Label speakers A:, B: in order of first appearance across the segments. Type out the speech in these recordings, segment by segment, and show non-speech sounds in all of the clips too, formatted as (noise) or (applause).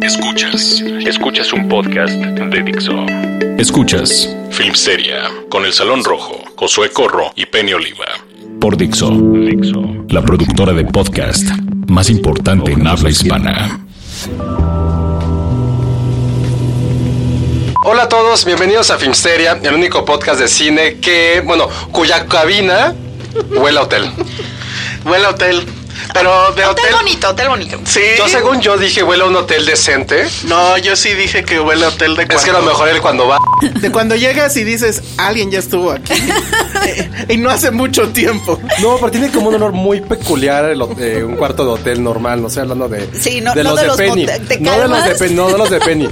A: Escuchas, escuchas un podcast de Dixo. Escuchas Film Seria con El Salón Rojo, Josué Corro y Penny Oliva. Por Dixo, la productora de podcast más importante en habla hispana.
B: Hola a todos, bienvenidos a Filmsteria, el único podcast de cine que, bueno, cuya cabina huele a hotel.
C: Huele a hotel. Pero de
D: Hotel
C: hotel.
D: bonito, hotel bonito.
C: Sí.
B: Yo según yo dije huele a un hotel decente.
C: No, yo sí dije que huele a hotel de cuando.
B: Es que a lo mejor él cuando va
E: De cuando llegas y dices, alguien ya
C: (laughs)
E: estuvo aquí. Eh, y no hace mucho tiempo.
F: No, pero tiene como un honor muy peculiar el hot- eh, un cuarto de hotel normal, no estoy hablando de,
D: Sí, no- no de los bote- te
F: no de los de
D: calmas.
F: Penny, no de los de
D: (laughs)
F: Penny.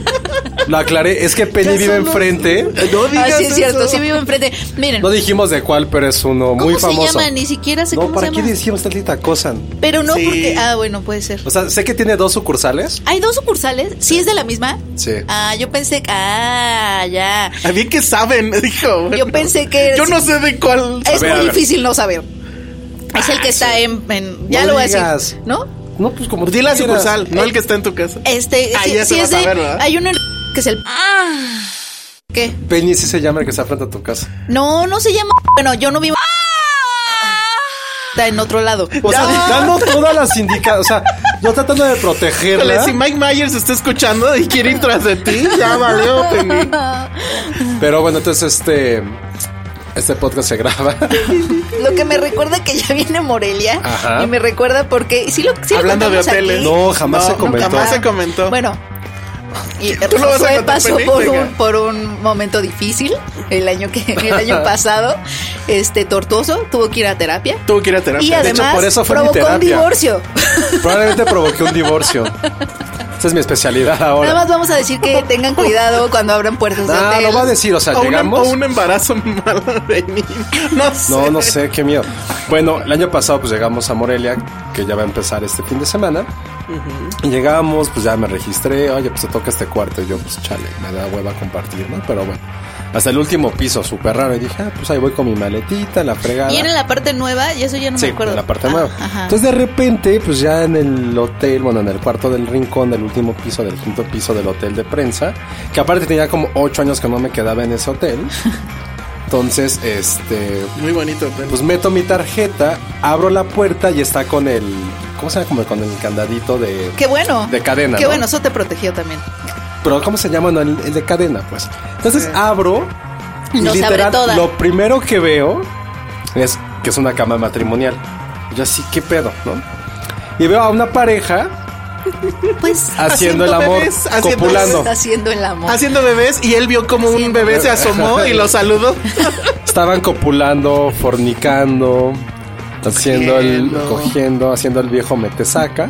F: Lo aclaré, es que Penny
D: Ya
F: vive
D: son los-
F: enfrente.
E: No
D: Ah,
E: digas
D: sí, es cierto,
E: eso.
D: sí vivo enfrente. Miren,
F: No dijimos de cuál, pero es uno
D: ¿cómo
F: muy
D: se
F: famoso.
D: llama? Ni siquiera sé
F: no,
D: cómo
F: ¿para
D: se
F: qué
D: llama.
F: decimos tanta cosa?
D: Pero no
C: Sí.
D: porque. Ah, bueno, puede ser.
F: O sea, sé que tiene dos sucursales.
D: ¿Hay dos sucursales? ¿Sí es de la misma?
F: Sí.
D: Ah, yo pensé. Ah, ya.
E: A mí que saben, (laughs) dijo. bueno.
D: Yo pensé que.
E: Yo no sé de cuál.
D: Es
F: A ver, a
D: muy
F: ver.
D: difícil no saber. Es el que
E: Ah,
D: está en. en- ya
F: No
D: lo voy a
F: digas.
D: decir. ¿No?
F: No, pues como
E: Di la
F: tú quieras.
E: sucursal,
D: eh,
E: no el que está en tu casa.
D: Este.
E: Ah,
D: sí-
E: ya se
D: sí
E: va
D: es
E: a
D: de-
E: saber, ¿verdad?
D: Hay uno en- que es el. ¿Qué?
F: Penny sí se llama el que está frente a tu casa.
D: No, no se llama. Bueno, yo no vivo. Está en otro lado.
F: O sea, dando todas las indicaciones. O sea, yo tratando de
E: Híjole,
F: protegerla.
E: si Mike Myers está escuchando y quiere ir tras de ti, ya valió,
D: (laughs)
E: Penny.
F: Pero bueno, entonces este. Este podcast se graba.
D: Lo que me recuerda que ya viene Morelia
F: Ajá.
D: y me recuerda porque sí lo, sí lo
E: Hablando de
D: contamos
E: hoteles.
D: aquí.
F: No, jamás se comentó.
E: jamás se comentó.
D: Bueno.
F: (laughs)
D: Y
E: lo vas a
D: Josué
E: contar,
D: pasó
E: Penny?
D: por
E: Venga.
D: un, por un momento difícil el año que el año pasado, este tortuoso, tuvo que ir a terapia
E: Tuvo que ir a
D: y
E: terapia.
F: De hecho,
D: además
F: por eso fue mi
D: provocó un
F: terapia.
D: divorcio.
F: Probablemente provoqué un divorcio. Esa es mi especialidad
D: Nada
F: ahora.
D: más vamos a
F: (laughs)
D: decir que tengan cuidado cuando abran puertas de
F: No,
D: hotel.
F: no va a decir, o sea,
E: O un,
F: llegamos.
E: o un embarazo (laughs) mal venido. No sé.
F: No, no sé, qué miedo. Bueno, el año pasado pues llegamos a Morelia, que ya va a empezar este fin de semana. Y llegamos, pues ya me registré, oye, pues te toca este cuarto. Y yo, pues chale, me da hueva compartir, ¿no? Pero bueno, hasta el último piso, súper raro. Y dije, ah, pues ahí voy con mi maletita, la fregada.
D: Y era en la parte nueva, y eso ya no
F: Sí,
D: me acuerdo.
F: en la parte
D: Ah,
F: nueva.
D: ajá.
F: Entonces de repente, pues ya en el hotel, bueno, en el cuarto del rincón, del último piso, del quinto piso del hotel de prensa, que aparte tenía como ocho años que no me quedaba en ese
D: (laughs)
F: hotel. Entonces, este,
E: Muy bonito, Penny.
F: pues meto mi tarjeta, abro la puerta y está con el, ¿cómo se llama? Como con el candadito de...
D: Qué bueno.
F: De cadena,
D: Qué
F: ¿no?
D: bueno, eso te protegió también.
F: Pero ¿cómo se llama? No, el, el de cadena, pues. Entonces abro
D: Y nos abre toda.
F: lo primero que veo es que es una cama matrimonial. Yo así, ¿qué pedo, no? Y veo a una
E: (laughs)
F: pareja
D: Pues
F: haciendo, el amor,
E: bebés, haciendo-
F: copulando.
D: está Pues, haciendo el amor.
E: Haciendo bebés y él vio como un
D: Haciendo
E: bebé se asomó y
F: (laughs)
E: lo saludó.
F: Estaban copulando, fornicando, haciendo el
E: Cogiendo.
F: cogiendo, haciendo el viejo
E: (laughs)
F: metesaca.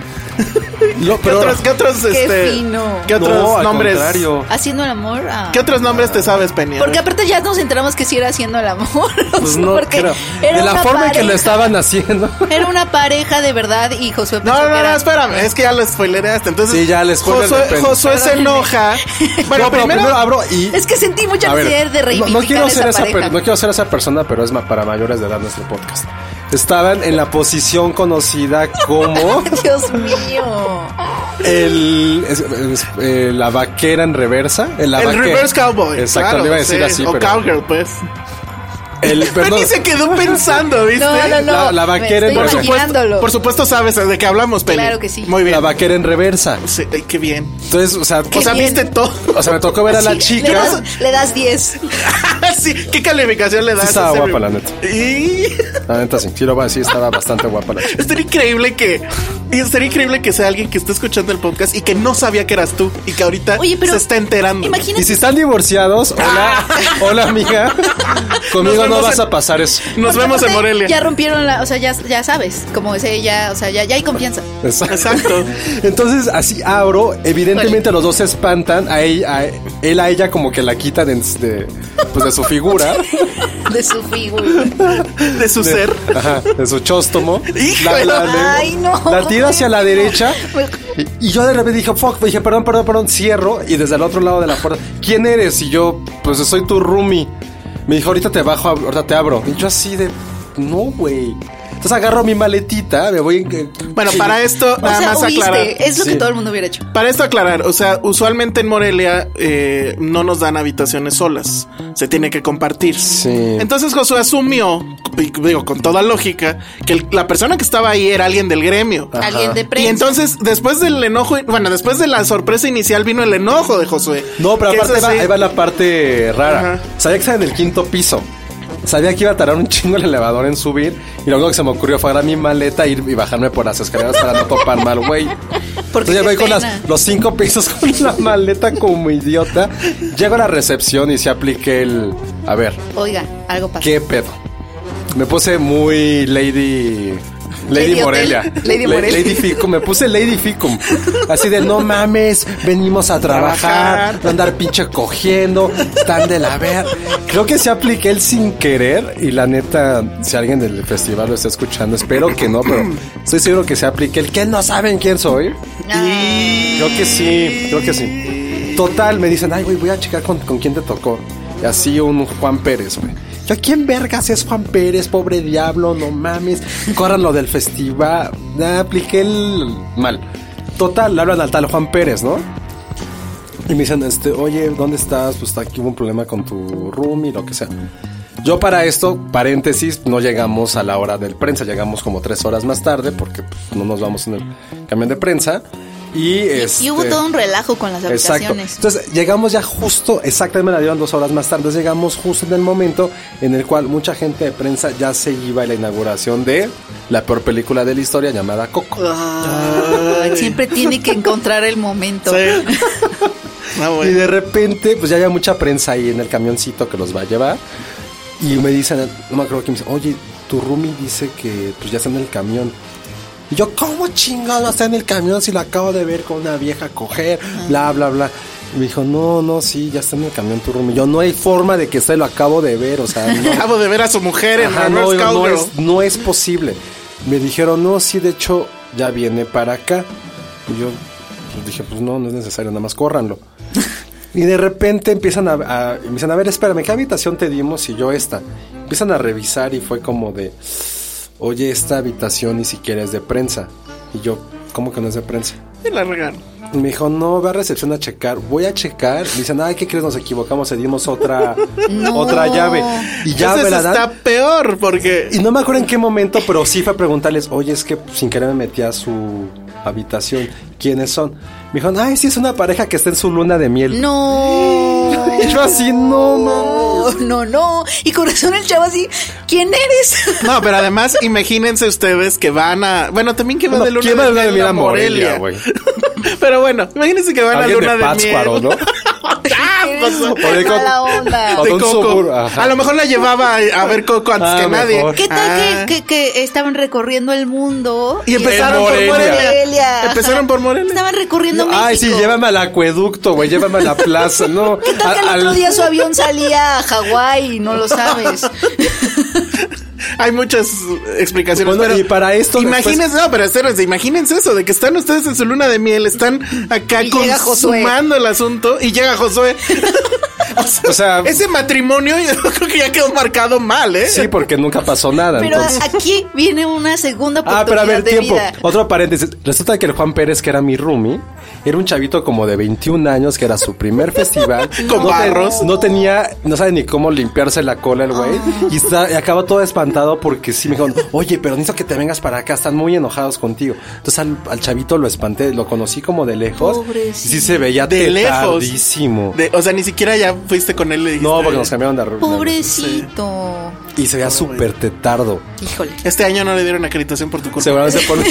F: Lo-
E: ¿Qué otros, qué otros,
D: Qué
E: este,
D: fino.
E: qué otros
F: no, al
E: nombres?
F: contrario.
D: Haciendo el amor. ah.
E: ¿Qué otros nombres te sabes, Penny?
D: Porque aparte ya nos enteramos que sí era haciendo el amor. (laughs) o
F: Pues
D: sea,
F: no
D: porque
F: creo.
D: era
F: De la
D: una
F: forma en que lo
D: pareja-
F: estaban haciendo.
D: (laughs) Era una pareja de verdad y Josué
E: No,
D: pensó
E: no,
D: que
E: no,
D: era-
E: espérame, es que ya lo spoilereaste. Entonces,
F: Sí, ya el spoiler de
E: Josué,
F: Penny.
E: Josué se
D: Perdónenme. (laughs)
E: enoja. (laughs) Bueno,
F: No, pero
E: primero,
F: abro y.
D: Es que sentí mucha
F: A ver,
D: necesidad de reivindicar
F: no, no quiero
D: a esa
F: ser esa
D: pareja.
F: per- no quiero ser esa persona, pero es ma- para mayores de edad nuestro podcast. Estaban en la posición conocida
D: (laughs)
F: como
D: Dios mío.
F: el, es- es- eh, la vaquera en reversa. El,
E: el reverse cowboy.
F: Exacto,
E: claro,
F: le iba a decir
E: sí,
F: así,
E: O
F: pero
E: cowgirl, pues. (laughs)
F: El, perdón,
E: Penny
F: (laughs)
E: se quedó pensando, ¿viste?
D: No, no, no.
F: La- la
D: me
F: vaquera en-
D: estoy
E: Por supuesto,
D: imaginándolo.
E: por supuesto sabes de qué hablamos, Penny.
D: Claro que sí.
E: Muy bien.
F: la vaquera en reversa.
E: Sí, ay, qué bien.
F: Entonces, o sea,
E: O sea,
D: bien.
E: viste todo. (laughs)
F: o sea, me tocó ver a la
D: Sí, Le
F: chica.
D: das, le das 10.
E: sí, ¿qué calificación le das?
F: estaba
E: a ese
F: guapa,
E: rem-
F: la neta.
E: Y
F: La neta, sí, sí lo voy a decir, estaba bastante guapa la chica.
E: estaría increíble que y estaría increíble que sea alguien que esté escuchando el podcast y que no sabía que eras tú y que ahorita
D: Oye, pero
E: se está enterando.
F: Y
D: Imagínate.
F: si están divorciados, hola, hola amiga, conmigo
E: Ah. (laughs)
F: no
E: Nos vemos
F: vas
E: en-
F: a pasar eso.
E: Nos
D: porque
E: vemos en
D: aparte
E: Morelia.
D: Ya rompieron la, o sea, ya, ya sabes, como ese ya, o sea, ya, ya hay confianza.
E: (laughs) Exacto.
F: Entonces así abro, evidentemente los dos se espantan, a ella, a- él a ella como que la quita de, de- pues de su
E: (laughs)
F: figura,
D: De su figura.
E: De su ser.
F: ajá, de su chóstomo,
E: Híjole.
D: Ay, no.
F: la tira hacia la derecha y, y yo de repente dije, fuck, dije, perdón, perdón, perdón, cierro y desde el otro lado de la puerta, ¿quién eres? Y yo, pues soy tu roomie. Me dijo, ahorita te bajo, ahorita te abro. Y yo así de, no, güey. Entonces agarro mi maletita, me voy... en-
E: Bueno, para esto
D: O
E: nada
D: sea,
E: más
D: huiste.
E: aclarar.
D: Es lo
F: Sí.
D: que todo el mundo hubiera hecho.
E: Para esto aclarar, o sea, usualmente en Morelia eh, no nos dan habitaciones solas, se tiene que compartir.
F: Sí.
E: Entonces Josué asumió, y digo, con toda lógica, que el- la persona que estaba ahí era alguien del gremio.
D: Alguien de prensa.
E: Y entonces, después del enojo, bueno, después de la sorpresa inicial vino el enojo de Josué.
F: No, pero
E: Que
F: aparte ahí
E: eso
F: va,
E: sí-
F: ahí va la parte rara.
E: Ajá.
F: Sabía que estaba en el quinto piso. Sabía que iba a tardar un chingo el elevador en subir. Y lo único que se me ocurrió fue agarrar mi maleta ir y bajarme por las escaleras para no topar mal, güey.
D: (laughs) Porque
E: pues,
F: Entonces ya
D: qué
F: voy con
D: pena.
F: las- los cinco pisos (laughs) con la maleta como idiota. Llego a la recepción y se apliqué el. A ver,
D: Oiga, algo pasa.
F: ¿qué pedo? Me puse muy Lady. Lady,
D: Lady
F: Morelia.
D: Hotel. (laughs) Lady
F: Le-
D: Morelia.
F: Lady Ficum. Me puse Lady Ficum. Así de no mames, venimos a trabajar,
E: Trabajar.
F: no andar pinche cogiendo, están de la ver. Creo que se apliqué el sin querer. Y la neta, si alguien del festival lo está escuchando, espero que no, pero estoy seguro que se apliqué el que no saben quién soy. Creo que sí, creo que sí. Total, me dicen, ay, güey, voy a checar con, con quién te tocó. Y así un Juan Pérez, güey. Yo, ¿quién vergas es Juan Pérez? Pobre diablo, no mames. Corran lo del festival. Nah, apliqué el mal. Total, le hablan al tal Juan Pérez, ¿no? Y me dicen, este, oye, ¿dónde estás? Pues está aquí hubo un problema con tu roomie, lo que sea. Yo para esto, paréntesis, no llegamos a la hora del prensa, llegamos como tres horas más tarde porque pues, no nos vamos en el camión de prensa. Y, este,
D: Y hubo todo un relajo con las
F: Exacto.
D: habitaciones.
F: Entonces llegamos ya justo, exactamente, me la dieron dos horas más tarde, entonces llegamos justo en el momento en el cual mucha gente de prensa ya se iba a la inauguración de la peor película de la historia llamada Coco.
D: Ay, siempre tiene que encontrar el momento.
E: (laughs) No,
F: Y
E: güey.
F: de repente, pues ya había mucha prensa ahí en el camioncito que los va a llevar. Y me dicen, no me acuerdo quién me dice, oye, tu Rumi dice que pues ya está en el camión. Y yo, ¿cómo chingado está en el camión si lo acabo de ver con una vieja coger? Bla, bla, bla. Y me dijo, no, no, sí, ya está en el camión tu Rumi. Yo, no hay forma de que se lo acabo de ver, o sea, no.
E: Acabo de ver a su mujer en
F: Ajá, no,
E: Reverse
F: no
E: Cowgirl.
F: es, no es posible. Me dijeron, no, sí, de hecho, ya viene para acá. Y yo pues, dije, pues no, no es necesario, nada más córranlo. Y de repente empiezan a, a- empiezan a ver, espérame, ¿qué habitación te dimos? Y yo esta. Empiezan a revisar y fue como de, oye, esta habitación ni siquiera es de prensa. Y yo, ¿cómo que no es de prensa?
E: Y la regaron.
F: Y Me dijo, no, va a recepción a checar. Voy a checar. Me dicen, ay, ¿qué crees? Nos equivocamos, cedimos otra, otra llave. Y ya me
E: Entonces
F: la dan.
E: está peor porque
F: Y no me acuerdo en qué momento, pero sí fue a preguntarles, oye, es que sin querer me metí a su habitación, ¿quiénes son? Me dijeron, ay, sí, es una pareja que está en su luna de miel.
D: No.
F: Y yo así, no, mames.
D: No, no. Y corazón el chavo así, ¿quién eres?
E: No, pero además imagínense ustedes que van a... Bueno, también que van
F: Bueno,
E: de luna
F: ¿quién va de luna de
E: miel
F: miel a Morelia, güey?
E: pero bueno, imagínense que van a
F: Alguien
E: luna de,
F: Pátzcuaro,
D: (laughs)
E: miel.
F: ¿no?
E: (laughs) (laughs) Ah, pues,
D: Eres
F: O de
D: súper mala
F: Coco.
D: onda.
F: O de
E: de
F: un
E: Coco.
F: suburbio, ajá.
E: A lo mejor la llevaba a, a ver Coco antes
F: Ah,
E: que
F: mejor.
E: nadie.
D: ¿Qué
E: Ah.
D: tal que, que- que estaban recorriendo el mundo?
E: Y empezaron por
F: Morelia.
E: Morelia.
D: Morelia.
E: Empezaron por Morelia.
D: Estaban recorriendo México.
F: Ay, sí, llévame al acueducto, güey, llévame a la plaza, no.
D: (laughs) ¿Qué tal que el
F: al-
D: otro día su avión salía a Hawái? y No lo sabes.
E: Hay muchas eh, explicaciones.
F: Bueno,
E: pero
F: y para esto
E: Imagínense, no, pero espérense, imagínense eso, de que están ustedes en su luna de miel, están acá
D: Y llega Josué.
E: consumando el asunto y llega Josué.
F: O
E: (laughs)
F: sea,
E: Ese matrimonio yo creo que ya quedó marcado mal, ¿eh?
F: sí, porque nunca pasó nada.
D: Pero
F: entonces...
D: aquí viene una segunda oportunidad
F: Ah, pero a ver,
D: de
F: tiempo.
D: vida.
F: Otro paréntesis. Resulta que el Juan Pérez, que era mi roomie, era un chavito como de 21 años, que era su
E: (laughs)
F: primer festival.
E: Con
F: no te-
E: barros.
F: no tenía, no sabe ni cómo limpiarse la cola el güey.
E: Ah.
F: Y, está, y acaba todo espantado porque sí me dijeron, oye, pero necesito que te vengas para acá, están muy enojados contigo. Entonces al, al chavito lo espanté, lo conocí como de lejos. Y sí se veía
E: De lejos.
F: tetadísimo.
E: De- o sea, ni siquiera ya fuiste con él. y le dijiste,
F: No, porque nos cambiaron de roomie.
D: Pobrecito.
F: Y se veía súper tetardo.
D: Híjole.
E: Este año no le dieron acreditación por tu culpa.
F: Seguramente por...
E: (laughs)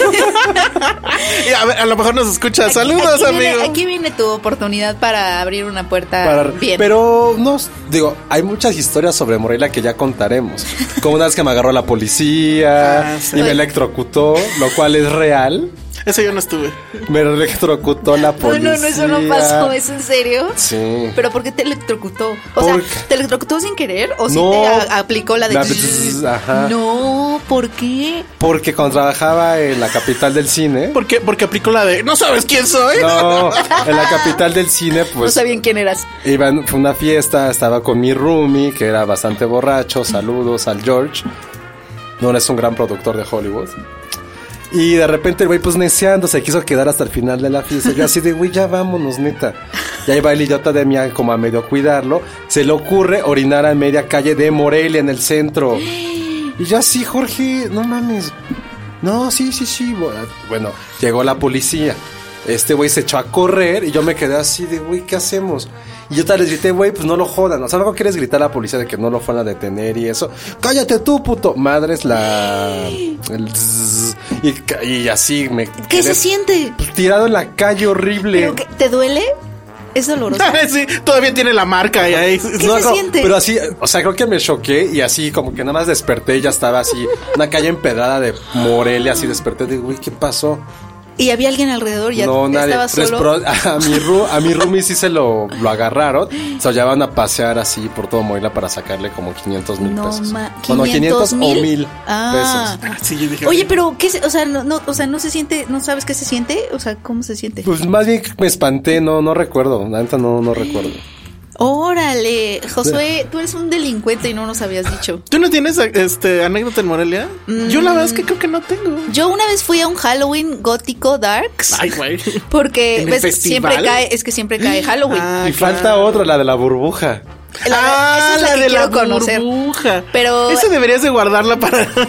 E: Y a, ver, a lo mejor nos escucha. Saludos,
D: aquí viene-
E: amigo.
D: aquí viene tu oportunidad para abrir una puerta
F: Para-
D: Ah, bien.
F: Pero no, digo, hay muchas historias sobre Morelia que ya contaremos. Como una vez que me agarró la policía
E: Ah, sí.
F: y me electrocutó, lo cual es real.
E: Ese yo no estuve.
F: Me electrocutó la
D: no,
F: policía.
D: no, no, eso no pasó, ¿es en serio?
F: Sí.
D: ¿Pero por qué te electrocutó? O sea,
F: Porque-
D: ¿te electrocutó sin querer o si
F: No.
D: te a- aplicó la de...
F: La- pss, ajá.
D: No, ¿por qué?
F: Porque cuando trabajaba en la capital del cine.
E: ¿Por qué? Porque aplicó la de. No sabes quién soy.
F: No, en la capital del cine,
D: no
F: pues
D: sabían quién eras.
F: Iban, fue una fiesta, estaba con mi roomie, que era bastante borracho. Saludos al George. No es un gran productor de Hollywood. Y de repente el güey, pues neceando, se quiso quedar hasta el final de la fiesta. Yo así de, güey, ya vámonos, neta. Y ahí va el idiota de mía como a medio cuidarlo. Se le ocurre orinar a media calle de Morelia, en el centro. Y yo así, Jorge, no mames. No, sí, sí, sí. Bueno, llegó la policía. Este güey se echó a correr y yo me quedé así de, güey, ¿qué hacemos? Y yo tal les grité, güey, pues no lo jodan. O sea, luego quieres gritar a la policía de que no lo fueran a detener y eso. Cállate tú, puto. Madres, la... el zzzz. y, ca- y así me...
D: ¿Qué
F: quedé
D: se siente?
F: Tirado en la calle horrible.
D: ¿Pero qué- ¿Te duele? ¿Es doloroso?
E: (laughs) sí, todavía tiene la marca y ahí.
D: ¿Qué
F: No,
D: se
F: como-
D: siente?
F: Pero así, o sea, creo que me choqué y así como que nada más desperté y ya estaba así, una calle empedrada de Morelia, así desperté de, güey, ¿qué pasó?
D: ¿Y había alguien alrededor? ¿Ya
F: no, nadie.
D: estabas
F: Les
D: solo?
F: pro- (laughs) a mi, ru, a mi roomie sí se lo, lo agarraron, se lo llevaban a pasear así por todo Morelia para sacarle como 500 mil
D: No
F: pesos.
D: ma-
F: bueno,
D: 500
F: 500 o
D: mil.
F: mil
D: Ah.
F: pesos.
E: Sí, yo dije.
D: Oye, pero ¿qué se- o sea, no, no, o sea, no se siente, no sabes qué se siente, o sea, ¿cómo se siente?
F: Pues más bien me espanté, no, no recuerdo, la neta no, no recuerdo.
D: Órale, Josué, tú eres un delincuente y no nos habías dicho.
E: ¿Tú no tienes este anécdota en Morelia?
D: Mm.
E: Yo la verdad es que creo que no tengo.
D: Yo una vez fui a un Halloween gótico darks
E: Ay, güey.
D: porque
E: ¿En el
D: ves,
E: festival?
D: siempre cae, es que siempre cae Halloween.
E: Ah,
F: y falta otra, la de la burbuja.
D: esa
E: Ah,
D: es
E: la,
D: que
E: de la
D: quiero conocer.
E: burbuja.
D: Pero-
E: Esa deberías de guardarla para (laughs)
F: Para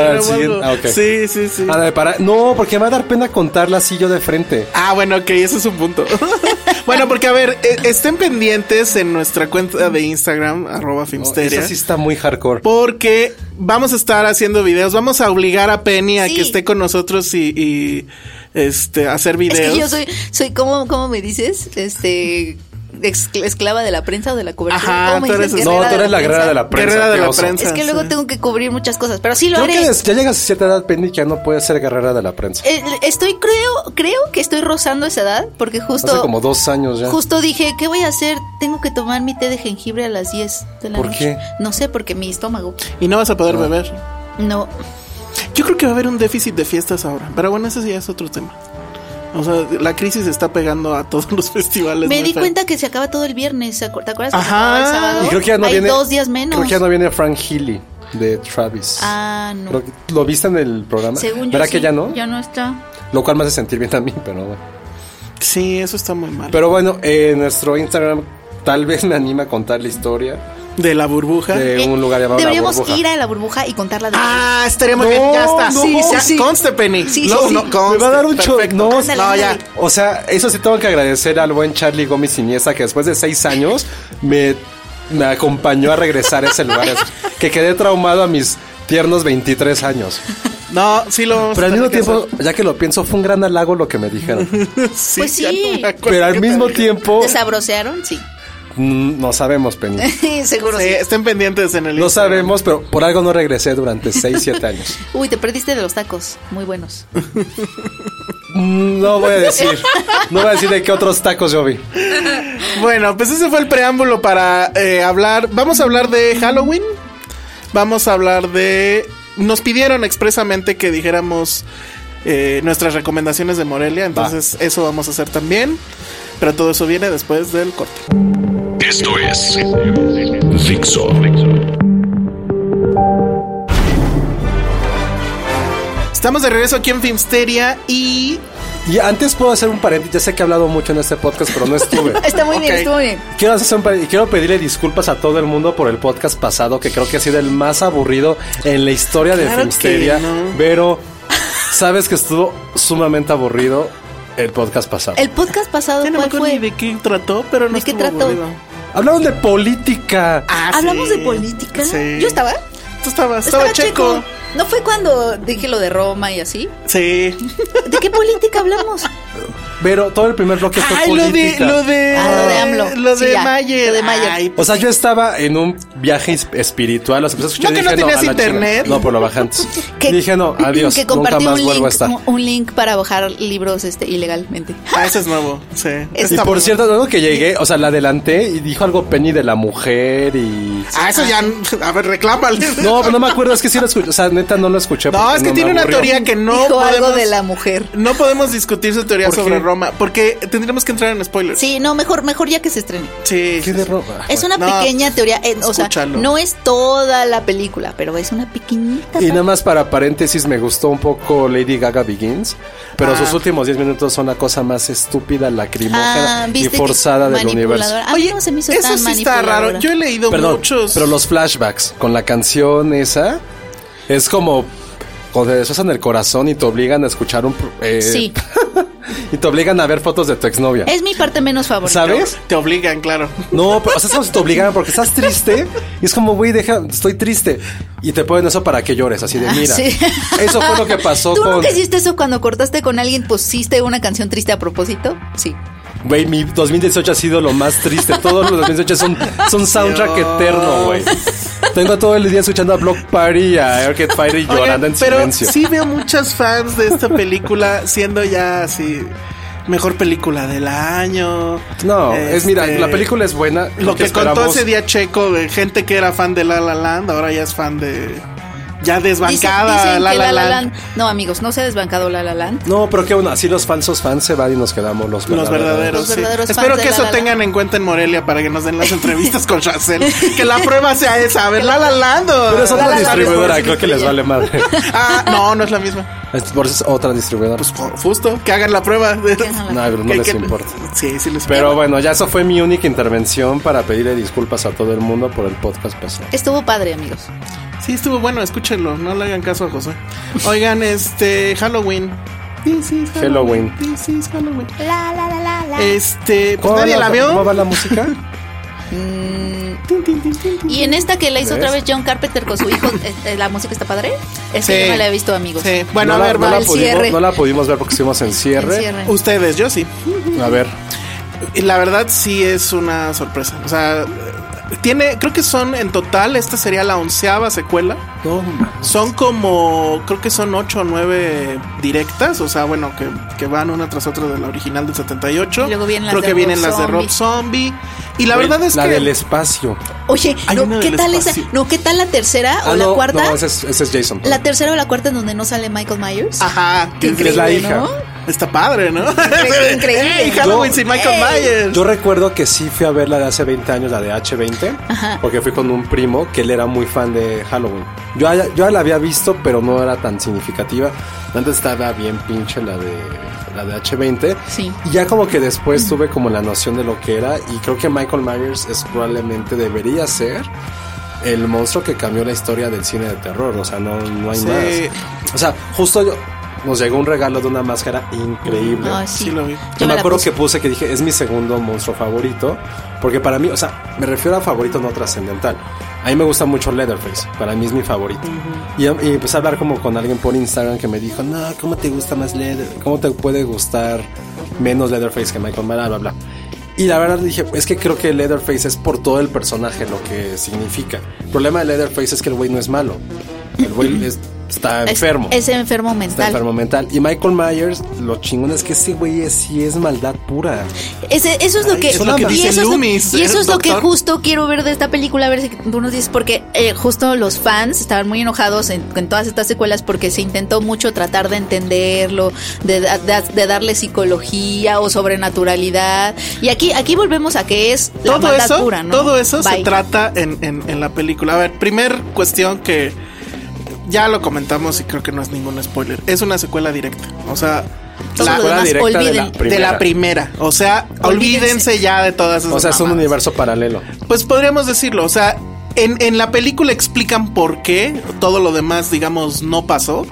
F: el
E: o algo.
F: siguiente- ah, ok.
E: Sí, sí, sí.
F: Ah, la de para- No, porque me va a dar pena contarla así yo de frente.
E: Ah, bueno, ok, ese es un punto. (laughs) bueno, porque a ver, eh, estén pendientes en nuestra cuenta de Instagram, arroba Filmsteria.
F: Oh, Esa sí está muy hardcore.
E: Porque vamos a estar haciendo videos, vamos a obligar a Penny a
D: Sí.
E: que esté con nosotros y, y, este hacer
D: es
E: videos.
D: que yo soy, soy como, ¿cómo me dices? Este ex- esclava de la prensa o de la cobertura.
E: Ajá,
D: ¿Cómo me
E: tú
D: dices?
E: eres-
F: No,
D: Guerrera
F: tú eres la guerrera de la prensa.
E: Guerrera de
F: qué
E: la
F: oso.
E: prensa.
D: Es que luego
E: Sí.
D: tengo que cubrir muchas cosas, pero sí lo
F: Creo
D: haré.
F: que des- ya llegas a cierta edad, Penny, que ya no puedes ser guerrera de la prensa.
D: Eh, Estoy, creo, creo que estoy rozando esa edad, porque justo.
F: Hace como dos años ya.
D: Justo dije, ¿qué voy a hacer? Tengo que tomar mi té de jengibre a las 10 de la
F: ¿Por
D: noche.
F: qué?
D: No sé, porque mi estómago.
E: Y no vas a poder
F: Ah.
E: beber.
D: No.
E: Yo creo que va a haber un déficit de fiestas ahora, pero bueno, ese sí es otro tema. O sea, la crisis está pegando a todos (laughs) los festivales.
D: Me
E: muy
D: di
E: feo.
D: cuenta que se acaba todo el viernes. ¿Te acu- te acuerdas que se
E: Ajá.
D: acababa el sábado?
F: Y creo que ya no
D: Hay
F: viene.
D: dos días menos.
F: Creo que ya no viene Frank Healy de Travis.
D: Ah, no.
F: Creo que- ¿Lo viste en el programa?
D: Según yo.
F: ¿Verdad que
D: sí,
F: ya no?
D: Ya no está.
F: Lo cual me hace sentir bien a mí, pero bueno.
E: Sí, eso está muy mal.
F: Pero bueno, eh, nuestro Instagram tal vez me anima a contar la historia
E: de la burbuja.
F: de
D: Eh,
F: un lugar llamado
D: Deberíamos
F: La Burbuja.
D: ir a la burbuja y contarla de
E: Ah, estaría muy
F: No,
E: bien. Ya está.
F: no,
E: sí, ya,
F: sí.
E: Conste, Penny.
D: Sí,
E: no,
D: sí, sí.
E: no,
D: Me
F: Me
E: conste.
F: va a dar un show.
E: Perfecto.
F: No,
D: Ándale,
F: no, ya.
D: ándale.
F: O sea, eso sí tengo que agradecer al buen Charlie Gómez Iniesta que después de seis años me, me acompañó a regresar a ese
E: (laughs)
F: lugar. Es- que quedé traumado a mis tiernos 23 años.
E: No, sí lo vamos
F: Pero
E: a
F: al mismo
E: tener que
F: tiempo, ya que lo pienso, fue un gran halago lo que me dijeron.
E: (laughs) hacer. Sí,
D: Pues
E: ya
D: sí.
E: no me acuerdo
F: Pero
E: qué
F: al mismo
E: te dije.
F: tiempo,
D: ¿Desabrocearon? Sí. (laughs)
F: mm, no sabemos, Penny.
D: Seguro
E: Sí,
D: sí.
E: estén pendientes en el
F: No
E: Instagram.
F: sabemos, pero por algo no regresé durante seis, siete años.
D: Uy, te perdiste de los tacos. Muy
E: (laughs)
D: buenos.
F: Mm, No voy a decir. No voy a decir de qué otros tacos yo vi.
E: Bueno, pues ese fue el preámbulo para eh, hablar. Vamos a hablar de Halloween. Vamos a hablar de. Nos pidieron expresamente que dijéramos eh, nuestras recomendaciones de Morelia. Entonces, eso vamos a hacer también. Pero todo eso viene después del corte.
A: Esto es Dixo.
E: Estamos de regreso aquí en Filmsteria y
F: Y antes puedo hacer un paréntesis. Ya sé que he hablado mucho en este podcast, pero no estuve.
E: (laughs)
D: Está muy bien,
E: Ok.
D: estuvo bien.
F: Quiero, hacer un par- y quiero pedirle disculpas a todo el mundo por el podcast pasado, que creo que ha sido el más aburrido en la historia de
E: Claro que
F: Filmsteria.
E: no.
F: Pero sabes que estuvo sumamente aburrido el podcast pasado.
D: El podcast pasado,
E: ya no me
D: Oh,
E: acuerdo
D: ¿cuál fue?
E: ni de qué trató, pero no
D: ¿De qué
E: estuvo
D: trató?
E: aburrido.
F: Hablaron de política.
E: Ah,
D: ¿Hablamos
E: sí.
D: de política?
E: Sí.
D: ¿Yo estaba?
E: Tú estabas, estaba, checo.
D: ¿No fue cuando dije lo de Roma y así?
F: (laughs)
E: Sí.
D: ¿De qué política hablamos?
F: Pero todo el primer bloque fue
E: Ay, Ah, lo de,
F: política.
E: lo de.
D: Ah, lo de AMLO.
E: Lo
D: Sí,
E: de
D: ya.
E: Mayer.
D: Lo de Mayer.
E: Ay,
F: O sea, yo estaba en un viaje es- espiritual. Los empecé a escuchar
E: No,
F: y
E: que no
F: dije,
E: tenías
F: a la chingada".
E: internet.
F: No, pero lo bajé
E: (laughs)
F: antes.
D: (laughs) Que-
F: (laughs) Dije, no, adiós.
D: Que
F: nunca
D: compartí
F: más
D: un,
F: vuelvo a
D: link,
F: estar.
D: un- un link para bajar libros este, ilegalmente.
E: (laughs) ah, ese es nuevo. Sí.
D: Es-
F: Y
E: Está
F: por
E: bueno.
F: cierto, luego que llegué, o sea, la adelanté y dijo algo Penny de la mujer y.
E: Ah, eso ya. A ver, reclámale.
F: No, pero no me acuerdo, es que sí lo escuché. O sea, neta, no lo escuché.
E: No,
F: porque
E: es que
F: me
E: tiene una
F: aburrió.
E: teoría que no
D: (laughs) Dijo
E: podemos.
D: algo de la mujer.
E: (laughs) No podemos discutir su teoría
F: ¿Por qué?
E: sobre Roma, porque tendríamos que entrar en spoilers.
D: Sí, no, mejor, mejor ya que se estrene.
E: Sí.
F: ¿Qué de ropa?
D: Es una
E: No,
D: pequeña teoría, eh, o sea,
E: escúchalo.
D: no es toda la película, pero es una pequeñita.
F: Y nada más para paréntesis, me gustó un poco Lady Gaga Begins,
E: Ah.
F: pero sus últimos 10 minutos son la cosa más estúpida, lacrimógena
D: Ah,
F: y
D: ¿viste que
F: forzada del universo.
D: manipuladora? A mí no se me hizo
E: eso
D: tan
E: sí está raro.
D: manipuladora.
E: Yo he leído
F: Perdón,
E: muchos.
F: pero los flashbacks con la canción esa es como cuando te destrozan el corazón y te obligan a escuchar un... pro- eh,
D: Sí,
F: Y te obligan a ver fotos de tu exnovia.
D: es mi parte menos favorita.
F: ¿Sabes?
E: Te obligan, claro.
F: No, pero o sea, es como si te obligaran porque estás triste y es como, güey, deja, estoy triste. Y te ponen eso para que llores, así de,
D: Ah,
F: mira,
D: sí.
F: (laughs) eso fue lo que pasó
D: ¿Tú
F: con...
D: nunca hiciste eso cuando cortaste con alguien? ¿Pusiste una canción triste a propósito? Sí.
F: Güey, mi 2018 ha sido lo más triste. Todos los 2018 son, son soundtrack eterno, güey. Tengo todo el día escuchando a Block Party, a Arcade Fire y (laughs)
E: Oigan,
F: llorando en
E: pero
F: silencio.
E: sí veo muchas fans de esta película siendo ya así mejor película del año.
F: No, es mira,
E: Este,
F: la película es buena.
E: lo que, contó
F: esperamos-
E: ese día Checo de gente que era fan de La La Land, ahora ya es fan de ya
D: Dicen-
E: desbancada
D: dicen
E: La,
D: que
E: La Land.
D: No, amigos, no se ha desbancado La La Land.
F: No, pero que bueno, así los falsos fans se van y nos quedamos los verdaderos.
E: Los verdaderos,
D: Los
E: sí.
D: verdaderos fans
E: Espero
D: de
E: que
D: La
E: eso
D: La
E: tengan en cuenta en Morelia para que nos den las entrevistas con Chacel. Que la prueba sea esa. A ver, La La Land o...
F: Pero es otra
E: La La Land.
F: distribuidora, creo que les vale madre.
E: (laughs) Ah, no, no es la misma.
F: Es por eso es otra distribuidora.
E: Pues jo- justo, que hagan la prueba. (laughs)
D: hagan
F: no, pero no les importa.
E: Sí, sí les
F: Pero
E: importa.
F: bueno, ya eso fue mi única intervención para pedirle disculpas a todo el mundo por el podcast pasado.
D: Estuvo padre, amigos.
E: Sí, estuvo bueno, escúchenlo. No le hagan caso a José. Oigan, este, Halloween. This is Halloween.
F: Halloween.
E: This is Halloween.
D: La, la, la, la, la.
E: Este, pues
F: ¿Cómo va
E: nadie la
F: ¿Cómo va la
E: vio.
F: música?
E: Tin, tin, tin, tin, tin.
D: Y en esta que la hizo
F: ¿Ves?
D: otra vez John Carpenter con su hijo, eh, eh, la música está padre. Es que
E: Sí.
D: yo no la he visto, amigos.
E: Sí. (laughs) Bueno,
F: no la-
E: a ver,
F: no
E: va.
F: la,
D: el
F: pudimos,
D: cierre.
F: no la pudimos ver porque estuvimos en cierre.
D: En cierre.
E: Ustedes, yo sí.
F: A ver,
E: Y la verdad sí es una sorpresa. O sea, tiene, creo que son en total, esta sería la onceava secuela. Son como, creo que son ocho o nueve directas. O sea, bueno, que, que van una tras otra de la original del 78.
D: Y luego vienen las
E: creo
D: de
E: que
D: Rob
E: vienen las de
D: Zombie.
E: Rob Zombie. Y la verdad es
F: la
E: que...
F: del espacio.
D: Oye,
E: Hay
D: no,
E: una
D: ¿qué
E: del
D: tal esa?
E: espacio.
D: No, ¿qué tal la tercera o
F: Ah,
D: la
F: no,
D: cuarta?
F: No, ese es, ese es Jason.
D: La tercera o la cuarta en donde no sale Michael Myers.
E: Ajá,
D: Qué
E: que
F: es la
D: increíble,
F: hija.
D: ¿no?
E: está padre, ¿no?
D: Qué increíble.
E: (laughs) Hey, Halloween
F: Yo-
E: sin Michael
D: Hey.
E: Myers.
F: Yo recuerdo que sí fui a ver la de hace 20 años, la de H20,
D: Ajá.
F: porque fui con un primo que él era muy fan de Halloween. Yo, ya- yo ya la había visto, pero no era tan significativa. Antes estaba bien pinche la de la de H20.
D: Sí.
F: Y ya como que después tuve como la noción de lo que era y creo que Michael Myers es probablemente debería ser el monstruo que cambió la historia del cine de terror, o sea, no, no hay
E: Sí.
F: más. O sea, justo yo- nos llegó un regalo de una máscara increíble.
D: Ay,
E: Sí lo vi.
D: Ah, Yo
F: Yo me
D: la
F: acuerdo
D: puse.
F: que puse que dije, es mi segundo monstruo favorito, porque para mí, o sea, me refiero a favorito no trascendental. A mí me gusta mucho Leatherface, para mí es mi favorito. Y- em, y, empecé a hablar como con alguien por Instagram que me dijo, no, ¿cómo te gusta más Leatherface? ¿Cómo te puede gustar menos Leatherface que Michael Myers? Bla, bla, bla. Y la verdad dije, es que creo que Leatherface es por todo
D: (clears throat)
F: el personaje lo que significa. El problema de Leatherface es que el güey no es malo. El güey es está
D: Es-
F: enfermo.
D: Es, enfermo
F: Está
D: mental.
F: enfermo mental. Y Michael Myers, lo chingón es que ese güey es- sí es maldad pura.
D: Ese- eso es lo que,
E: es lo que
D: y
E: dice
D: eso es lo-
E: Loomis,
D: y eso es lo que
E: doctor.
D: justo quiero ver de esta película, a ver si tú nos dices, porque eh, justo los fans estaban muy enojados en, con todas estas secuelas porque se intentó mucho tratar de entenderlo, de, da- da- de darle psicología o sobrenaturalidad. Y aquí, aquí volvemos a que es la
E: todo
D: maldad
E: eso,
D: pura, ¿no?
E: todo eso se
D: Bye.
E: trata en, en- en la película. A ver, primer cuestión que ya lo comentamos y creo que no es ningún spoiler. Es una secuela directa. O sea,
D: Todo
E: la-
D: lo demás,
F: directa de la
D: olviden.
F: prim-
E: de la primera. O sea, olvídense,
D: Olvídense.
E: ya de todas esas.
F: O sea, es un
E: mamadas.
F: universo paralelo.
E: Pues podríamos decirlo, o sea, en, en la película explican por qué todo lo demás, digamos, no pasó.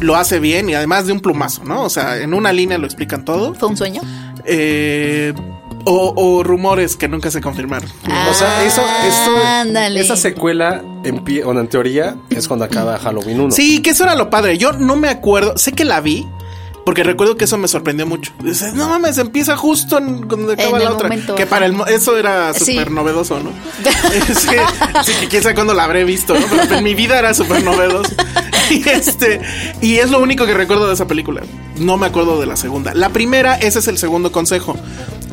E: Lo hace bien y además de un plumazo, ¿no? O sea, en una línea lo explican todo.
D: ¿Fue un sueño?
E: Eh, o, o rumores que nunca se confirmaron.
F: O sea,
D: Ah.
F: eso, eso-
D: Ándale.
F: esa secuela, en, pie, bueno, en teoría, es cuando acaba Halloween 1.
E: Sí, que eso era lo padre. Yo no me acuerdo, sé que la vi. Porque recuerdo que eso me sorprendió mucho. Dices, no mames, empieza justo en donde acaba
D: En
E: la
D: el
E: otra.
D: momento,
E: que
D: ajá.
E: para el mo- eso era
D: Sí.
E: súper novedoso,
D: (laughs)
E: ¿no? sí, sí, que quién sabe cuándo la habré visto, ¿no? Pero pues, en mi vida era súper novedoso. Y este, y es lo único que recuerdo de esa película. No me acuerdo de la segunda. La primera, ese es el segundo consejo.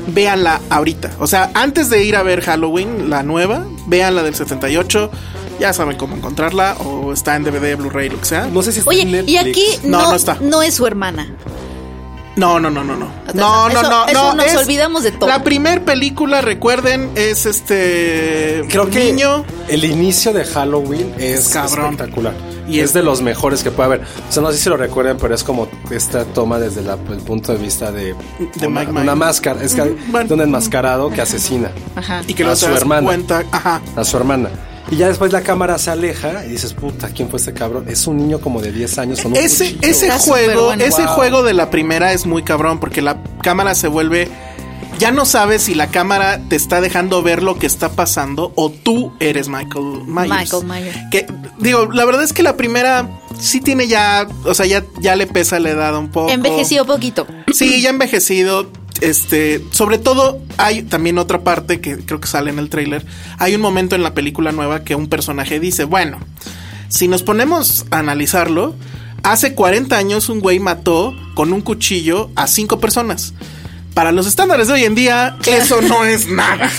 E: Véanla ahorita. O sea, antes de ir a ver Halloween, la nueva, véanla del 78. Ya saben cómo encontrarla. O está en DVD, Blu-ray, lo que sea.
F: No sé si está en
D: Oye, y
F: Netflix.
D: aquí
E: No,
D: no,
E: no está.
D: no es su hermana.
E: No, no, no, no, no.
D: O sea,
E: No, no,
D: eso-
E: no,
D: eso
E: no.
D: nos olvidamos de todo.
E: La primer película, recuerden, es este
F: Creo que
E: niño.
F: el inicio de Halloween es
E: Cabrón.
F: espectacular.
E: Y
F: Y
E: es-
F: es de los mejores que puede haber. O sea, no sé si lo recuerden, pero es como esta toma desde la- el punto de vista de,
E: De
F: una,
E: Mike Myers.
F: una máscara. Es que
E: bueno.
F: de un enmascarado que asesina
D: Ajá.
E: Y que
F: a
E: lo
F: su
E: te das
F: hermana.
E: cuenta. Ajá.
F: a su hermana. Y ya después la cámara se aleja y dices, puta, ¿quién fue este cabrón? Es un niño como de 10 años con un
E: Ese,
F: cuchillo.
E: ese
D: Está súper
E: juego,
D: bueno.
E: ese
F: Wow.
E: juego de la primera es muy cabrón porque la cámara se vuelve. Ya no sabes si la cámara te está dejando ver lo que está pasando o tú eres Michael Myers.
D: Michael Myers.
E: Que digo, la verdad es que la primera sí tiene ya, o sea, ya, ya le pesa la edad un poco.
D: Envejeció poquito.
E: Sí, ya envejecido. Este, sobre todo, hay también otra parte que creo que sale en el tráiler. Hay un momento en la película nueva que un personaje dice, bueno, si nos ponemos a analizarlo, hace 40 años un güey mató con un cuchillo a cinco personas. Para los estándares de hoy en día, eso no es
D: (laughs)
E: nada.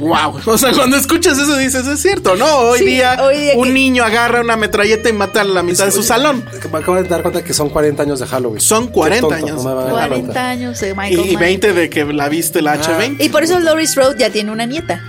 E: wow. O sea, cuando escuchas eso dices, es cierto, ¿no? Hoy
D: Sí,
E: día
D: hoy día
E: un
D: que-
E: niño agarra una metralleta y mata a la mitad de su salón.
F: Me acabo de dar cuenta que son 40 años de Halloween.
E: Son 40
F: Qué
E: años.
F: no me había dado cuenta.
D: 40 años de
E: Y,
D: Michael
E: y
D: Myers.
E: 20 de que la viste la H20.
D: Y por eso Loris Road ya tiene una nieta.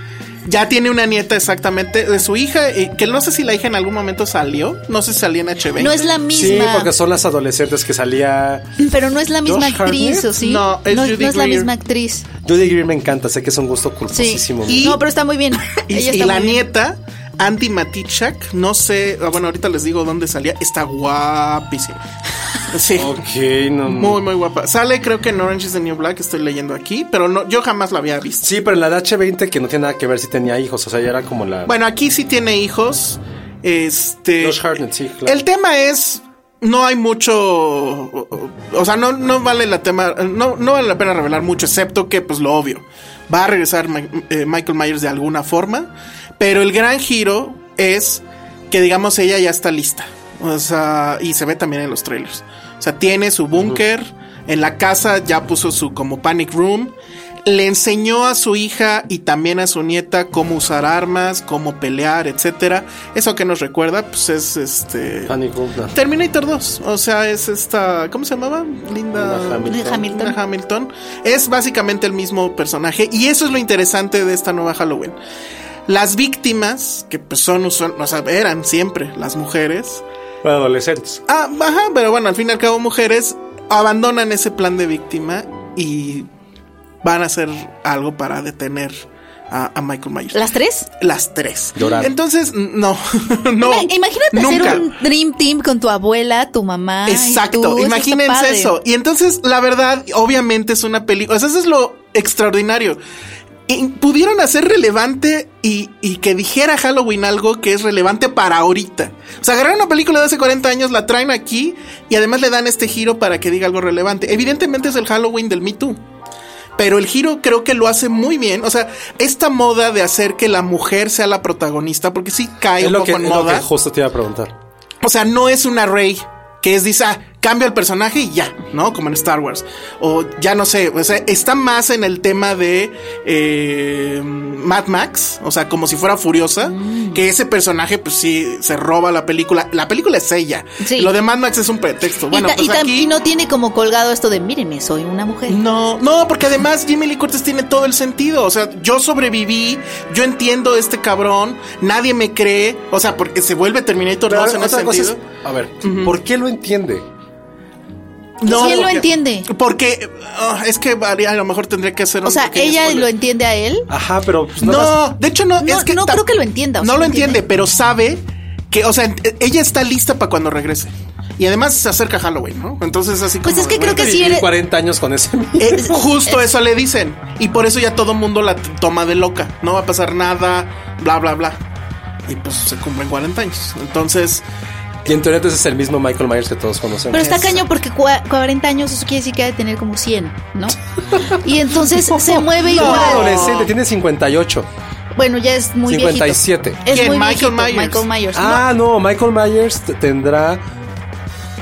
E: Ya tiene una nieta exactamente de su hija, y que no sé si la hija en algún momento salió, no sé si salía en H20.
D: No es la
F: Sí,
D: misma.
F: porque son las adolescentes que salía.
D: pero no es la misma
F: Josh
D: actriz,
F: Hartnett?
D: ¿o sí?
E: No, es Judy
D: es la
E: Greer.
D: misma actriz.
F: Judy Greer me encanta, sé que es un gusto
D: Sí.
F: culposísimo.
E: Y-
D: no, pero está muy bien.
E: (laughs) Y,
D: Ella
E: y
D: está
E: la
D: muy bien.
E: nieta, Andy Matichak, no sé, ah, bueno, ahorita les digo dónde salía, está
D: (laughs)
E: guapísima. Sí.
F: Ok, no.
E: Muy, muy guapa. Sale creo que en Orange is the New Black, estoy leyendo aquí, pero no, yo jamás la había visto.
F: Sí, pero en la de H20 que no tiene nada que ver si tenía hijos, o sea, ya era como la...
E: Bueno, aquí sí tiene hijos. Este.
F: Josh Hartnett, sí, claro.
E: El tema es. No hay mucho. O sea, no, no vale la tema. No, no vale la pena revelar mucho, excepto que, pues, lo obvio. Va a regresar Ma- eh, Michael Myers de alguna forma. Pero el gran giro es que, digamos, ella ya está lista. O sea, y se ve también en los trailers. O sea, tiene su búnker. En la casa ya puso su como panic room. Le enseñó a su hija y también a su nieta cómo usar armas, cómo pelear, etcétera. Eso que nos recuerda, pues es este.
F: Panic Room, no.
E: Terminator 2. O sea, es esta. ¿Cómo se llamaba? Linda.
F: Linda Hamilton.
D: Linda Hamilton.
E: Linda Hamilton. Es básicamente el mismo personaje. Y eso es lo interesante de esta nueva Halloween. Las víctimas, que pues, son, son- o sea, eran siempre las mujeres.
F: Bueno, adolescentes.
E: Ah, ajá, pero bueno, al fin y al cabo, mujeres abandonan ese plan de víctima y van a hacer algo para detener a, a Michael Myers.
D: ¿Las tres?
E: Las tres.
F: Llorar.
E: Entonces, n- no, (laughs) no.
D: Ima- Imagínate
E: nunca.
D: hacer un Dream Team con tu abuela, tu mamá. y
E: Exacto,
D: tú. Eso está
E: imagínense
D: padre.
E: eso. Y entonces, la verdad, obviamente es una película. O sea, eso es lo extraordinario. Y pudieron hacer relevante y, y que dijera Halloween algo que es relevante para ahorita. O sea, agarraron una película de hace 40 años, la traen aquí y además le dan este giro para que diga algo relevante. Evidentemente es el Halloween del Me Too. Pero el giro creo que lo hace muy bien. O sea, esta moda de hacer que la mujer sea la protagonista, porque sí cae
F: Es
E: un
F: lo
E: poco
F: que,
E: en
F: es lo
E: moda.
F: que justo te iba a preguntar.
E: O sea, no es un array que es, dice, ah, cambio el personaje y ya, ¿no? Como en Star Wars. O ya no sé, o sea, está más en el tema de eh, Mad Max, o sea, como si fuera Furiosa,
D: Mm.
E: que ese personaje, pues sí, se roba la película. La película es ella.
D: Sí.
E: Lo de Mad Max es un pretexto. Bueno,
D: y, ta-
E: pues
D: y tam-
E: aquí-
D: y no tiene como colgado esto de mírenme, soy una mujer.
E: no, no, porque además Jimmy Lee Curtis tiene todo el sentido. O sea, yo sobreviví, yo entiendo a este cabrón, nadie me cree. O sea, porque se vuelve Terminator 2 en ese
F: otra cosa
E: sentido.
F: es, a ver, ¿por qué lo entiende?
D: Sí, él lo
E: porque-
D: entiende.
E: Porque ah, es que varía, a lo mejor tendría que hacer un
D: O sea,
E: pequeño
D: ella
E: spoiler.
D: lo entiende a él.
F: Ajá, pero pues, nada más-
E: No, de hecho no.
D: No,
E: es que
D: no
E: tam-
D: creo que lo entienda, o
E: no
D: sea,
E: lo
D: lo entiende.
E: entiende, pero sabe que, o sea, ent- ella está lista para cuando regrese. Y además se acerca Halloween, ¿no? Entonces así
D: Pues
E: como
D: es que
E: de,
D: creo
E: bueno,
D: que
F: Viví
D: sí eres.
F: 40 años con ese.
E: Eh, justo eso le dicen. Y por eso ya todo mundo la t- toma de loca. No va a pasar nada, bla, bla, bla. Y pues se cumplen 40 años. Entonces,
F: Y en teoría entonces es el mismo Michael Myers que todos conocemos.
D: Pero está caño porque cua- 40 años, eso quiere decir que ha de tener como 100,
E: (laughs)
D: ¿no? Y entonces se mueve
F: No,
D: igual.
F: adolescente, tiene 58.
D: Bueno, ya es muy
F: 57.
D: viejito. Es
E: ¿Quién?
D: muy
E: Michael
D: viejito,
E: Myers.
D: Michael Myers.
F: Ah, no, Michael Myers t- tendrá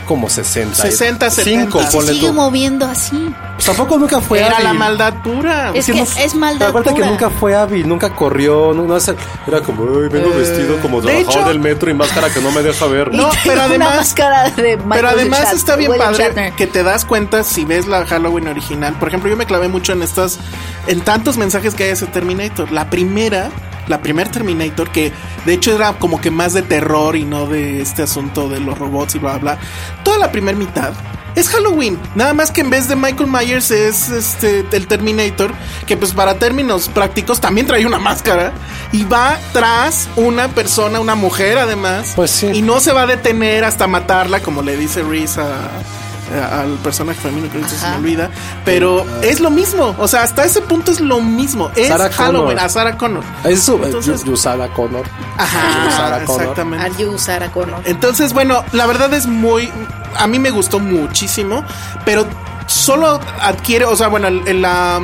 F: como 60.
E: 60,
F: 5,
E: 70.
D: no. Se
F: ponle
D: sigue
F: tú.
D: moviendo así.
F: Pues tampoco nunca fue
E: era
F: hábil.
E: la maldad pura.
D: Es que es maldad
F: Acuérdate que
D: pura. (laughs)
F: nunca fue hábil, nunca corrió, no, no hace- era como, "Ay, vengo
D: Eh,
F: vestido como
E: de
F: trabajador
E: hecho-
F: del metro y máscara que no me deja ver.
D: (laughs)
E: No, pero
D: Una
E: además.
D: máscara de Michael
E: Pero además
D: Chat-
E: está bien
D: William
E: padre
D: Shatner.
E: que te das cuenta si ves la Halloween original. Por ejemplo, yo me clavé mucho en estas, en tantos mensajes que hay de ese Terminator. La primera, la primer Terminator, que de hecho era como que más de terror y no de este asunto de los robots y bla, bla. bla. Toda la primera mitad. Es Halloween, nada más que en vez de Michael Myers es este el Terminator, que pues para términos prácticos también trae una máscara y va tras una persona, una mujer además,
F: Pues sí.
E: y no se va a detener hasta matarla, como le dice Reese a- a- al personaje femenino que ahorita se me
D: Ajá.
E: olvida. Pero es lo mismo. O sea, hasta ese punto es lo mismo. Es
F: Sarah
E: Halloween
F: Connor.
E: a Sarah Connor.
F: Eso, eh,
E: Entonces-
F: Yu- Yusara Connor.
E: Ajá,
F: Sarah Connor.
E: exactamente.
D: Are you Sarah Connor?
E: Entonces, bueno, la verdad es muy. A mí me gustó muchísimo, pero solo adquiere. O sea, bueno, el, el, la-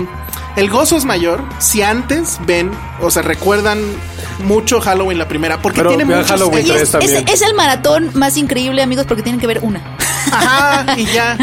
E: el gozo es mayor si antes ven, o sea, recuerdan mucho Halloween la primera, porque
F: Pero
E: tiene
F: vean
E: muchos
F: Halloween
D: Y
E: extras.
F: tres
D: es,
F: también.
D: es- es el maratón más increíble, amigos, porque tienen que ver una.
E: Ajá, y ya.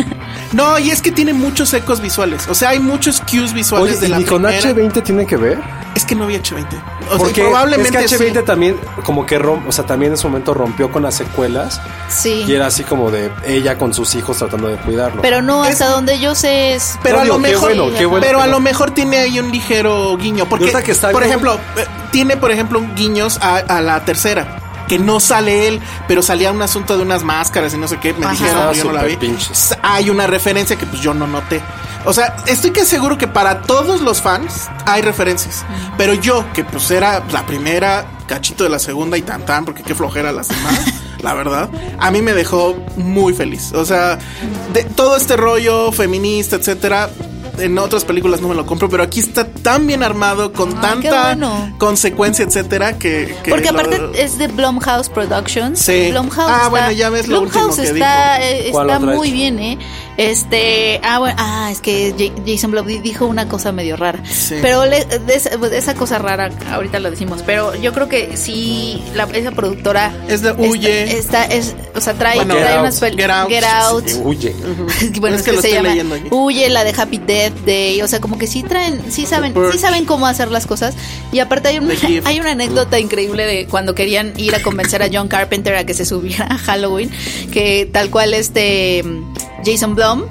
E: No, y es que tiene muchos ecos visuales. O sea, hay muchos cues visuales
F: Oye,
E: de
F: ¿y
E: la
F: ni con
E: primera.
F: H20 tiene que ver?
E: Es que no había H20. O sea,
F: Porque
E: probablemente
F: es que H20
E: sí.
F: también como que romp, o sea, también en su momento rompió con las secuelas
D: Sí.
F: y era así como de ella con sus hijos tratando de cuidarlo.
D: Pero no,
E: Es-
D: hasta donde yo sé es.
E: Pero a
F: Obvio,
E: lo
F: qué
E: mejor,
F: bueno, qué bueno
E: pero
F: que
E: a
F: no.
E: lo mejor tiene ahí un ligero guiño. Porque,
F: Ahorita que está
E: por
F: bien-
E: ejemplo, eh, tiene, por ejemplo, guiños a, a la tercera. Que no sale él, pero salía un asunto de unas máscaras y no sé qué. Me
D: Ajá.
E: dijeron,
F: Estaba
E: pero yo no la
F: súper
E: vi.
F: pinche.
E: S- Hay una referencia que pues yo no noté. O sea, estoy que seguro que para todos los fans hay referencias. Pero yo, que pues era la primera, cachito de la segunda y tan tan, porque qué flojera las
D: (laughs)
E: demás, la verdad, a mí me dejó muy feliz. O sea, de todo este rollo feminista, etcétera. En otras películas no me lo compro, pero aquí está tan bien armado, con
D: Ay, qué
E: tanta
D: bueno.
E: consecuencia, etcétera, que. que
D: Porque
E: lo-
D: aparte eh, es de Blumhouse Productions.
E: Sí.
D: Blumhouse
E: Ah,
D: está,
E: bueno, ya ves lo último
D: Blumhouse
E: que
D: está, eh,
F: ¿Cuál
D: está
F: otra
D: muy
F: hecho?
D: bien, ¿eh? Este. Ah, bueno, ah, es que Ja- Jason Blum di- dijo una cosa medio rara.
E: Sí.
D: Pero le- de esa, pues, esa cosa rara, ahorita lo decimos. Pero yo creo que sí, la, esa productora.
E: Es de Huye.
D: Está, es, o sea, trae,
E: Bueno,
D: trae
F: Get
D: unas
F: Out.
D: pel-
E: Get Out.
D: Get Out.
F: Y huye.
D: (laughs) bueno,
E: Es
D: es
E: que
D: que,
E: lo
D: se
E: estoy
D: llama
E: leyendo aquí.
D: Huye, la de Happy Death Day, o sea, como que sí traen, sí saben,
E: Purge.
D: sí saben cómo hacer las cosas. Y aparte hay una,
E: The Gift.
D: (laughs) hay una anécdota increíble de cuando querían ir a convencer a John Carpenter a que se subiera a Halloween, que tal cual este mm, Jason Blum,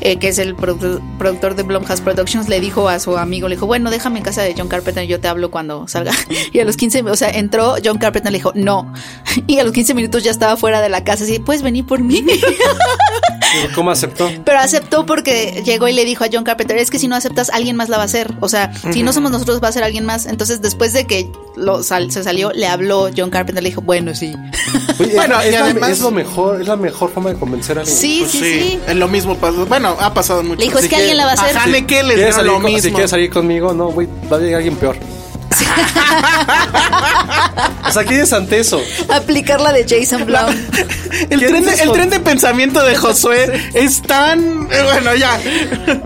D: eh, que es el produ- productor de Blumhouse Productions, le dijo a su amigo, le dijo, bueno, déjame en casa de John Carpenter, yo te hablo cuando salga. (laughs) Y a los 15, o sea, entró John Carpenter, le dijo, no. (laughs) Y a los 15 minutos ya estaba fuera de la casa, así, puedes venir por
E: (laughs)
D: mí.
F: ¿Y ¿Cómo aceptó?
D: Pero aceptó porque llegó y le dijo a John Carpenter, es que si no aceptas, alguien más la va a hacer. O sea, si no somos nosotros, va a ser alguien más. Entonces, después de que lo sal- se salió, le habló John Carpenter, le dijo, bueno, sí.
F: Oye,
E: Pues, Bueno,
F: es,
E: y
F: es la-
E: además-
F: es lo mejor, es la mejor forma de convencer a alguien.
D: Sí,
E: Pues
D: sí, sí.
E: eh, Lo mismo pasó. Bueno, ha pasado mucho.
D: Le dijo, es que alguien la va a hacer.
E: A Haneke les
F: ¿Quieres
E: dio
F: salir
E: lo
F: con-
E: mismo.
F: Si quieres salir conmigo, no, güey, va a llegar alguien peor. o sea, ¿quién es ante eso?
D: Aplicar la de Jason Blum.
E: El
F: ¿Quieres
E: tren, de, el
F: eso?
E: tren de pensamiento
D: (laughs)
E: de Josué es tan. eh, Bueno, ya.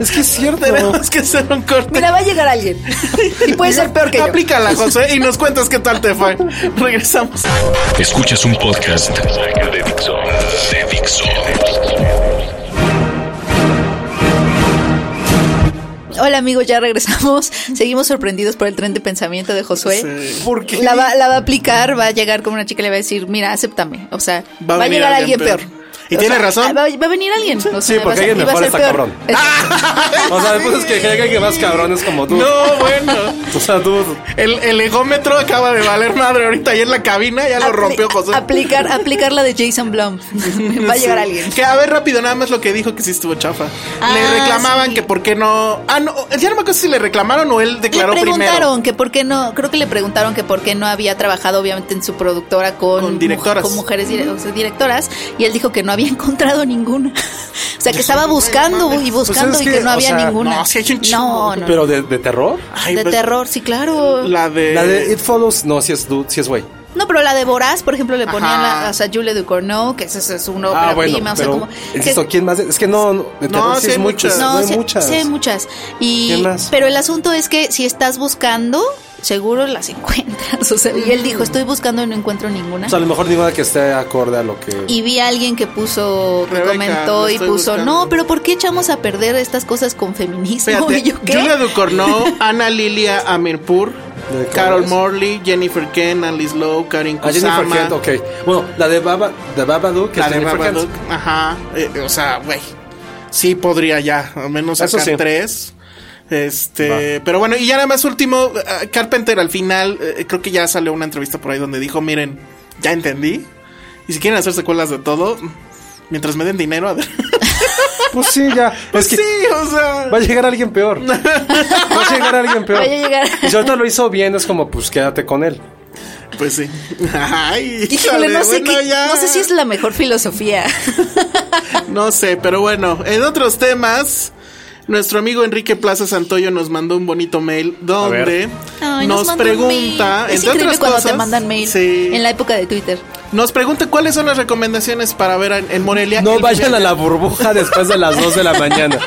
F: Es que es cierto.
E: Tenemos que hacer un corte.
D: Mira, va a llegar alguien. Y puede ser peor que yo.
E: Aplícala,
D: (laughs)
E: Josué, y nos cuentas qué tal te fue. Regresamos.
A: Escuchas un podcast de Dixo. Dixo. De Dixo.
D: Hola amigos, ya regresamos. Seguimos sorprendidos por el tren de pensamiento de Josué.
E: Sí.
F: ¿Por qué?
D: La va, la va a aplicar, va a llegar como una chica y le va a decir, mira, acéptame. O sea, va, a
E: venir
D: llegar alguien peor.
E: Y
D: O
E: tiene
D: sea,
E: razón. ¡Ah!
D: Va, va a venir alguien. o sea,
F: porque
D: va a ser-
F: alguien
D: y va a
F: mejor
D: ser
F: está
D: peor.
F: cabrón.
D: Es-
F: O sea, después es que llega alguien más cabrones como tú.
E: No, bueno.
F: O sea, tú.
E: El, el egómetro acaba de valer madre ahorita ahí en la cabina, ya lo
D: apli-
E: rompió José.
D: Aplicar, aplicar la de
E: (laughs)
D: Jason Blum. va a llegar alguien.
E: Que a ver rápido, nada más lo que dijo que sí estuvo chafa.
D: Ah,
E: le reclamaban
D: sí.
E: que por qué no. Ah, no, ya no me acuerdo si le reclamaron o él
D: Le
E: declaró primero.
D: preguntaron que por qué no, creo que le preguntaron que por qué no había trabajado obviamente en su productora con,
E: Con directoras.
D: muj- con mujeres dire- o sea, directoras y él dijo que no había (laughs) encontrado ninguna. (laughs) O sea, que estaba buscando y buscando
F: Pues es
D: y que
F: que,
D: no
F: o
D: había
F: sea,
D: ninguna.
E: no, sí hay un chingo.
D: no, no,
F: Pero de, de terror.
E: Ay,
D: de
E: pues,
D: terror, sí, claro.
E: La de.
F: La de It Follows. No, si es dude, si es güey.
D: no, pero la de Boraz, por ejemplo, le ponían
E: Ajá.
D: la, o sea, Julie Ducournau, que esa esa es una obra
F: Ah, bueno.
D: prima, o sea,
F: pero,
D: como que-
F: insisto, ¿quién más? Es que no. no, De
E: No,
F: terror sí
E: sí
F: es
E: hay
F: muchas.
E: muchas.
F: No, hay
D: sí,
F: muchas.
D: sí hay muchas. Y,
F: ¿Quién más?
D: Pero el asunto es que si estás buscando, seguro las (laughs) encuentras. O sea, y él dijo, estoy buscando y no encuentro ninguna.
F: O sea, a lo mejor ninguna que esté acorde a lo que.
D: y vi a alguien que puso, que
E: Rebeca,
D: comentó
E: lo
D: y
E: estoy
D: puso,
E: buscando.
D: no, pero ¿por qué echamos a perder estas cosas con feminismo? (laughs)
E: Espérate,
D: Y yo, ¿qué?
E: Julia Ducournau, Ana Lilia Amirpur,
F: De
E: Carol
F: Carlos.
E: Morley, Jennifer Kent, Alice Lowe, Karin
F: A Jennifer
E: Kusama.
F: Kent, ok. Bueno, la de Baba, de Babadook, que
E: la
F: es
E: de
F: Jennifer Kent.
E: Babadook. Ajá. eh, o sea, güey. Sí podría ya, al menos
F: Eso
E: sacar
F: sí.
E: tres. Este, pero bueno, y ya nada más último, eh, Carpenter al final, eh, creo que ya salió una entrevista por ahí donde dijo, miren, ya entendí. Y si quieren hacer secuelas de todo, mientras me den dinero, (laughs) a ver.
F: Pues sí, ya.
E: (laughs) Pues
F: es que
E: sí, o sea.
F: va a llegar alguien
E: (laughs)
F: peor. Va a llegar alguien peor.
D: Va a llegar. (laughs)
F: Y si ahorita lo hizo bien, es como, pues quédate con él.
E: Pues sí. (laughs) Ay,
D: Híjole, no sé,
E: bueno,
D: qué-
E: ya.
D: no sé si es la
E: (laughs)
D: mejor filosofía.
E: No sé, pero bueno, en otros temas, nuestro amigo Enrique Plaza Santoyo nos mandó un bonito mail donde
F: ver.
D: Ay,
E: nos,
D: mandan
E: pregunta,
D: mail.
E: entre
D: Es increíble
E: otras
D: cuando
E: cosas,
D: te mandan mail
E: sí,
D: en la época de Twitter.
E: nos pregunta cuáles son las recomendaciones para ver en, en Morelia.
F: No
E: el
F: vayan
E: primer-
F: a la burbuja después de las 2 de la mañana.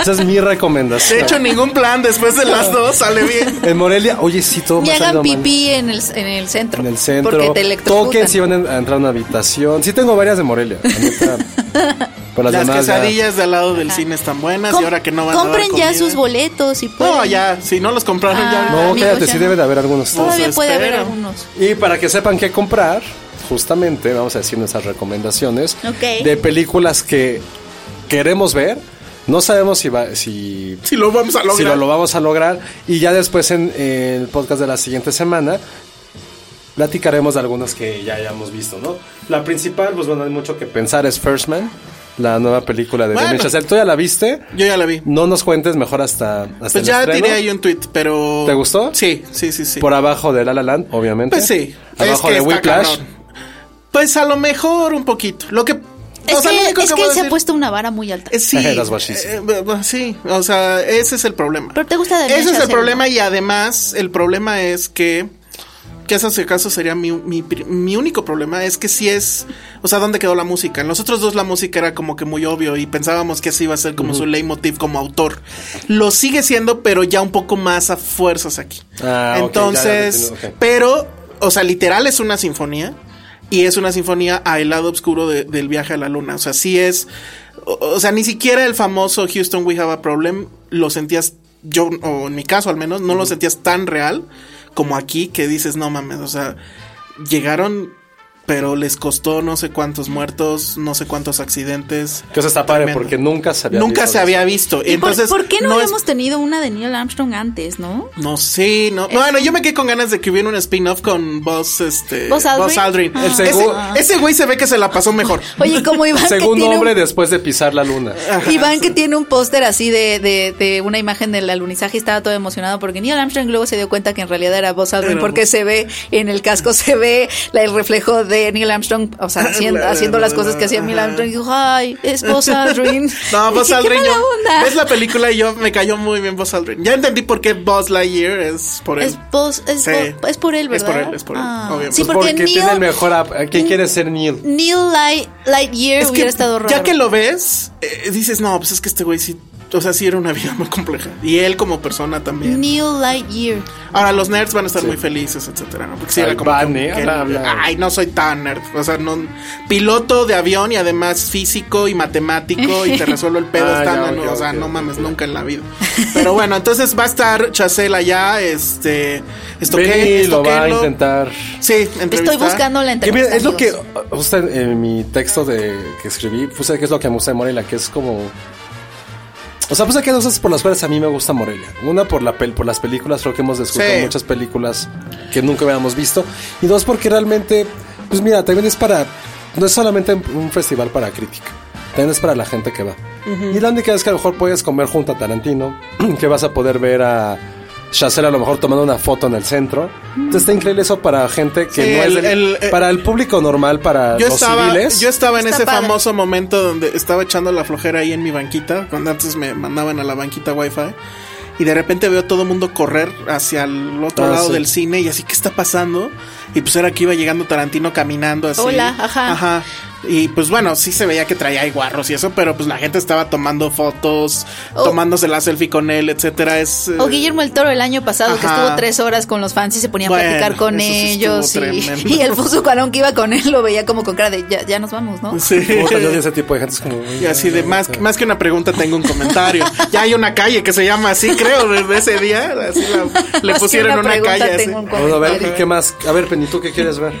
F: Esa es mi recomendación.
E: (laughs) De hecho, ningún plan después de las dos sale bien.
F: en Morelia, oye, sí, todo
D: Y
F: me ha
D: hagan
F: salido mal.
D: pipí en el, en el centro.
F: En el centro.
D: Porque te electrocutan.
F: Toquen si van a entrar a una habitación. Sí, tengo varias de Morelia. la neta.
D: (laughs)
F: Pero las,
E: Las
F: demás ya-
E: quesadillas de al lado del cine están (laughs) buenas
D: Com-
E: y ahora que no van a dar
D: compren ya
E: comida.
D: sus boletos y pueden.
E: No, ya, si no los compraron
D: Ah,
E: ya.
F: No,
D: amigos,
F: cállate,
D: ya
F: sí
D: no.
F: debe de haber algunos.
D: Todavía
E: Pues
D: puede haber
E: espero.
D: algunos.
F: Y para que sepan qué comprar, justamente vamos a decir nuestras recomendaciones
D: Ok.
F: de películas que queremos ver. No sabemos si, va- si,
E: Si lo vamos a lograr.
F: si lo, lo vamos a lograr. Y ya después en, el podcast de la siguiente semana platicaremos de algunas que ya hayamos visto, ¿no? La principal, pues bueno, hay mucho que pensar, es First Man, la nueva película de
E: Bueno.
F: Damien Chazelle. ¿Tú ya la viste?
E: Yo ya la vi.
F: No nos cuentes, mejor hasta, hasta
E: Pues
F: el
E: ya
F: estreno.
E: tiré ahí un tweet, pero.
F: ¿Te gustó?
E: Sí, sí, sí, sí.
F: Por abajo de La La Land, obviamente.
E: Pues sí. es
F: Abajo
E: que
F: de
E: está
F: Whiplash.
E: cabrón. Pues a lo mejor un poquito. Lo que.
D: Es
E: o sea,
D: que,
E: lo único
D: es que
E: puedo
D: él se ha
E: decir-
D: puesto una vara muy alta.
E: Eh,
F: (laughs)
E: Sí,
F: Las guachis.
E: eh, eh, eh, sí, o sea, ese es el problema.
D: Pero te gusta Damien
E: Ese es el
D: Chazelle,
E: problema y además el problema es que, que ese si acaso sería mi, mi pri- mi único problema, es que si es, o sea, ¿dónde quedó la música? En los otros dos la música era como que muy obvio y pensábamos que así iba a ser como su leitmotiv como autor. Lo sigue siendo, pero ya un poco más a fuerzas aquí.
F: Ah, ok,
E: Entonces,
F: ya, ya entiendo, ok.
E: pero, o sea, literal es una sinfonía. Y es una sinfonía a el lado oscuro de- del viaje a la luna. O sea, sí es. O, o sea, ni siquiera el famoso Houston We Have a Problem lo sentías. Yo, o en mi caso al menos, no lo sentías tan real como aquí que dices, no mames. O sea, llegaron, pero les costó no sé cuántos muertos, no sé cuántos accidentes.
F: Que eso está padre
E: Tremendo.
F: porque nunca se había
E: Nunca
F: visto
E: se
F: eso.
E: había visto.
D: ¿Y por-
E: Entonces,
D: por, qué no,
E: es-
D: habíamos tenido una de Neil Armstrong antes, no?
E: no sé, no.
D: Eh,
E: Bueno, yo me quedé con ganas de que hubiera un spin-off con Buzz, este.
D: Buzz Aldrin. Ah.
F: El
E: Ese-
F: segu-
E: ese güey se ve que se la pasó
D: (laughs)
E: mejor. (laughs)
D: Oye, como Iván que
F: Segundo
D: tiene
F: hombre
D: (laughs) un,
F: después de pisar la luna.
D: Iván que tiene un póster así de, de, de una imagen del alunizaje y estaba todo emocionado porque Neil Armstrong luego se dio cuenta que en realidad era Buzz Aldrin
E: Era
D: porque
E: Buzz.
D: se ve en el casco se ve la- el reflejo de Neil Armstrong,
E: (laughs)
D: o sea, haciendo,
E: La-
D: haciendo las cosas que hacía
E: ajá.
D: Neil Armstrong y dijo, "Ay, es
E: (laughs)
D: Buzz Aldrin." (laughs)
E: No, Buzz
D: Dije, "Qué
E: Aldrin.
D: mala
E: yo-
D: onda".
E: ves la película y yo me cayó muy bien Buzz Aldrin. Ya entendí por qué Buzz Lightyear es por él.
D: Es, Buzz- es,
E: Sí.
D: Buzz- es por él,
E: Es
D: ¿verdad?
E: por él, es por él,
D: Ah.
E: obviamente.
D: Sí,
F: Pues
D: porque, Neil,
F: tiene el mejor. ap- ¿Qué quiere ser Neil?
D: Neil Light, Lightyear
E: Es que
D: hubiera estado raro.
E: Ya que lo ves, eh, dices, no, pues es que este güey sí. o sea, sí era una vida muy compleja. Y él como persona también.
D: Neil Lightyear.
E: Ahora los nerds van a estar muy felices, etcétera, ¿no? Porque sí
F: Ay,
E: era como
F: van,
E: que-
F: ¿eh?
E: que-
F: Ahora hablan.
E: ay, no soy tan nerd, o sea, no piloto de avión y además físico y matemático
D: (laughs)
E: y te resuelvo el pedo
F: Ah,
E: estando,
F: ya,
E: en-
F: ok,
E: o sea,
F: ok,
E: no
F: ok,
E: mames nunca en la vida. Pero bueno, entonces va a estar Chacel allá, este, esto
F: Benny
E: que
F: lo va a intentar.
E: Sí,
D: Estoy
E: entrevista.
D: buscando la
F: Que
D: entrevista.
F: mira, es lo que,
D: amigos.
F: justo en, en mi texto de, que escribí, puse que es lo que me gusta de Morelia, que es como... O sea, puse que hay dos cosas por las cuales a mí me gusta Morelia. Una por, la pel- por las películas, creo que hemos descubierto
E: Sí.
F: muchas películas que nunca habíamos visto. Y dos, porque realmente, pues mira, también es para... No es solamente un- un festival para crítica, también es para la gente que va. Y la única es que a lo mejor puedes comer junto a Tarantino, (clears throat) que vas a poder ver a... Chazelle a lo mejor tomando una foto en el centro.
D: Mm.
F: Entonces está increíble eso para gente que
E: Sí,
F: no es
E: el-
F: del-
E: el- eh,
F: para el público normal, para
E: Yo
F: los
E: estaba,
F: civiles.
E: yo estaba en
D: Está
E: ese
D: padre.
E: famoso momento donde estaba echando la flojera ahí en mi banquita, cuando antes me mandaban a la banquita wifi, y de repente veo todo el mundo correr hacia el otro
F: Ah,
E: lado
F: sí.
E: del cine y así, ¿qué está pasando? Y pues era que iba llegando Tarantino caminando así.
D: Hola, ajá.
E: Ajá. Y pues bueno, sí se veía que traía ahí guarros y eso, pero pues la gente estaba tomando fotos,
D: Oh.
E: tomándose la selfie con él, etcétera. Es eh,
D: O Guillermo el Toro el año pasado, que
E: Ajá.
D: estuvo tres horas con los fans y se ponía
E: Bueno,
D: a platicar con
E: eso sí
D: ellos.
E: estuvo tremendo.
D: y, y el Fuso Cuarón que iba con él lo veía como con cara de ya, ya nos vamos, ¿no? (laughs)
E: sí.
F: Puta, yo de ese tipo de gente es como.
E: Y así de más, que- más que una pregunta tengo un
D: (laughs)
E: comentario. Ya hay una calle que se llama así, creo, desde ese día. Así la- le
D: Así
E: pusieron una,
D: pregunta,
E: calle. así.
D: tengo un
F: Vamos a ver, ¿y
D: comentario.
F: qué más? A ver, Penny, ¿tú qué quieres ver?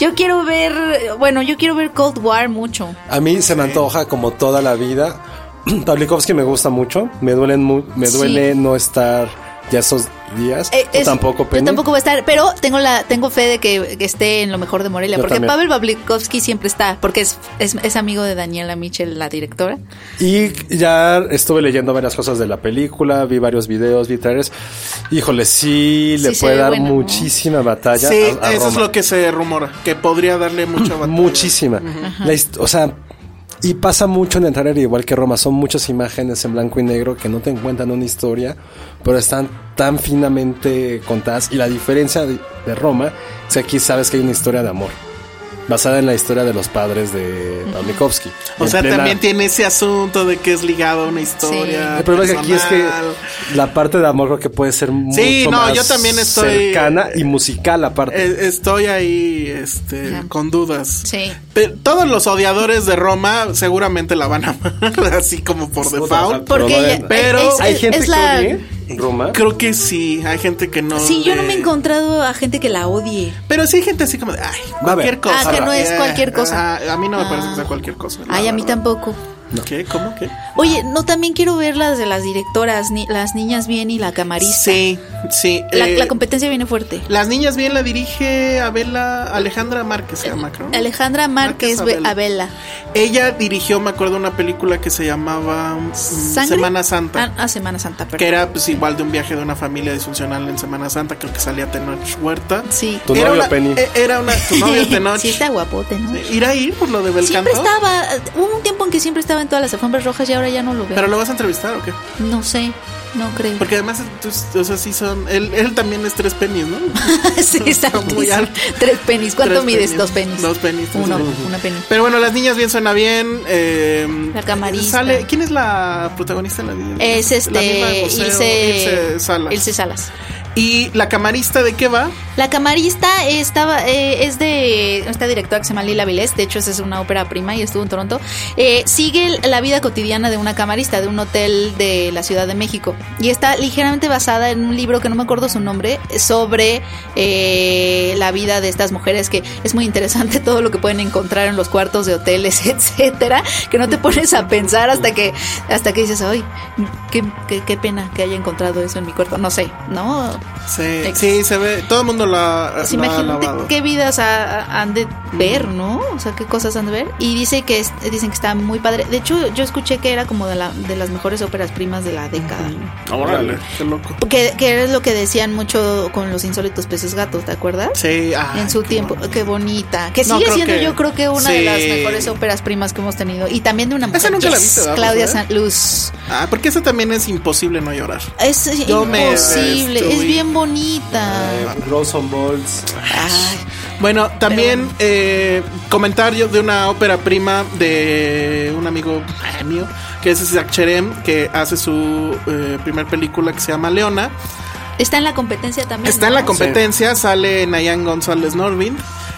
D: Yo quiero ver, eh, bueno, yo quiero ver Cold War mucho.
F: A mí se me antoja como toda la vida. (clears throat) Pavlikovsky me gusta mucho. Me, duelen mu- me
D: Sí.
F: duele no estar ya esos días.
D: Eh,
F: Tú
D: es-
F: tampoco, Penny.
D: Yo tampoco voy a estar, pero tengo la tengo fe de que, que esté en lo mejor de Morelia,
F: Yo
D: porque
F: también.
D: Pavel Bablikovsky siempre está, porque es, es, es amigo de Daniela Mitchell, la directora.
F: Y ya estuve leyendo varias cosas de la película, vi varios videos, vi trailers. Híjole, sí, le
D: Sí se
F: puede
D: ve
F: dar
D: bueno, ¿no?
F: muchísima batalla.
E: Sí,
F: a- a
E: eso es
F: Roma.
E: lo que se rumora, que podría
F: (laughs)
E: darle mucha batalla.
F: Muchísima. La hist- o sea, y pasa mucho en el trailer, igual que Roma. Son muchas imágenes en blanco y negro que no te cuentan una historia, pero están tan finamente contadas. Y la diferencia de, de Roma es que aquí sabes que hay una historia de amor. Basada en la historia de los padres de Pavlikovsky.
E: O
F: En
E: sea,
F: plena-
E: también tiene ese asunto de que es ligado a una historia.
D: Sí.
F: El problema es que aquí es que
E: personal.
F: la parte de amor creo que puede ser mucho
E: no,
F: más
E: yo también estoy-
F: cercana y musical aparte.
E: Eh, Estoy ahí este,
D: Ajá.
E: con dudas.
D: Sí.
E: Pero todos los odiadores de Roma seguramente la van a amar, (laughs) así como por default.
D: Porque
F: Pero
D: ella-
E: Pero
D: es- es-
F: hay gente
D: es la-
F: que odia Roma.
E: Creo que sí, hay gente que no.
D: Sí, yo no
E: le-
D: me he encontrado a gente que la odie.
E: Pero sí hay gente así como de, ay,
F: Va a ver.
E: cualquier cosa.
D: Ah, que no es
E: Eh,
D: cualquier cosa.
E: ah, a mí no me
D: Ah.
E: parece que sea cualquier cosa. la
D: Ay, a mí
E: verdad.
D: tampoco.
E: ¿Qué? ¿Cómo? ¿Qué?
D: Oye, no, también quiero ver las de las directoras, ni- las niñas bien y la camarista.
E: Sí, sí.
D: La,
E: eh,
D: la competencia viene fuerte.
E: las niñas bien la dirige Abela Alejandra Márquez, se llama, creo.
D: Alejandra Márquez
E: Márquez
D: Be-
E: Abela.
D: Abela.
E: Ella dirigió, me acuerdo, una película que se llamaba mm,
D: ¿Sangre?
E: Semana Santa.
D: Ah, ah, Semana Santa,
E: que
D: perdón.
E: era pues igual de un viaje de una familia disfuncional en Semana Santa, creo que salía Tenoch Huerta.
D: Sí.
F: Tu
E: era
F: novio,
E: una,
F: Penny.
E: eh, Era una tu novio Tenoch.
D: (laughs) Sí, está guapote, ¿no?
E: Ir a ir por lo de Belcanto.
D: Siempre estaba, hubo un tiempo en que siempre estaba en todas las alfombras rojas y ahora ya no lo veo.
E: Pero lo vas a entrevistar o qué?
D: No sé, no creo.
E: Porque además, tú- o sea, sí son. Él, él también es tres penis, ¿no?
D: sí,
E: está
D: está
E: muy
D: altísimo.
E: alto.
D: Tres penis. (laughs) ¿Cuánto
E: Tres
D: mides?
E: penis.
D: Dos penis.
E: Dos penis, tres
D: Uno,
E: penis.
D: una penis.
E: Pero bueno, las niñas bien suena bien. eh,
D: La camarista.
E: Sale, ¿Quién es la protagonista de la vida?
D: Es
E: La misma de José
D: este
E: o
D: Ilse,
E: Ilse Salas.
D: Ilse Salas.
E: ¿Y la camarista de qué va?
D: La camarista estaba eh, es de esta directora que se llama Lila Vilés, de hecho esa es una ópera prima y estuvo en Toronto. Eh, sigue la vida cotidiana de una camarista de un hotel de la Ciudad de México y está ligeramente basada en un libro que no me acuerdo su nombre sobre eh, la vida de estas mujeres que es muy interesante todo lo que pueden encontrar en los cuartos de hoteles, (laughs) etcétera, que no te pones a pensar hasta que hasta que dices ay qué, qué, qué pena que haya encontrado eso en mi cuarto, no sé, no
E: Sí,
D: Ex.
E: sí, se ve. Todo el mundo la.
D: pues
E: la ha
D: imagínate
E: alabado.
D: qué vidas ha- ha- han de ver, ¿no? O sea, qué cosas han de ver. Y dice que es- dicen que está muy padre. De hecho, yo escuché que era como de, la, de las mejores óperas primas de la década.
E: Órale, qué loco.
D: Que, que es lo que decían mucho con los insólitos peces gatos, ¿te acuerdas?
E: Sí, ay,
D: en su
E: qué
D: tiempo,
E: bonito.
D: qué bonita. Que
E: No,
D: sigue
E: creo
D: siendo,
E: que-
D: yo creo que una de las
E: Sí.
D: mejores óperas primas que hemos tenido. Y también de una mujer.
E: nunca la
D: yes,
E: viste, ¿verdad,
D: Claudia
E: José?
D: San Luz.
E: Ah, porque eso también es imposible no llorar.
D: Es
E: Yo me
D: imposible. Es
E: destruí.
D: bien bonita.
F: Rose on Balls.
D: Ay.
E: Bueno, también eh, comentario de una ópera prima de un amigo mío que es Zach Cherem, que hace su eh, primer película que se llama Leona.
D: Está en la competencia también.
E: Está en la
D: ¿no?
E: competencia, sale Nayan González Norvin,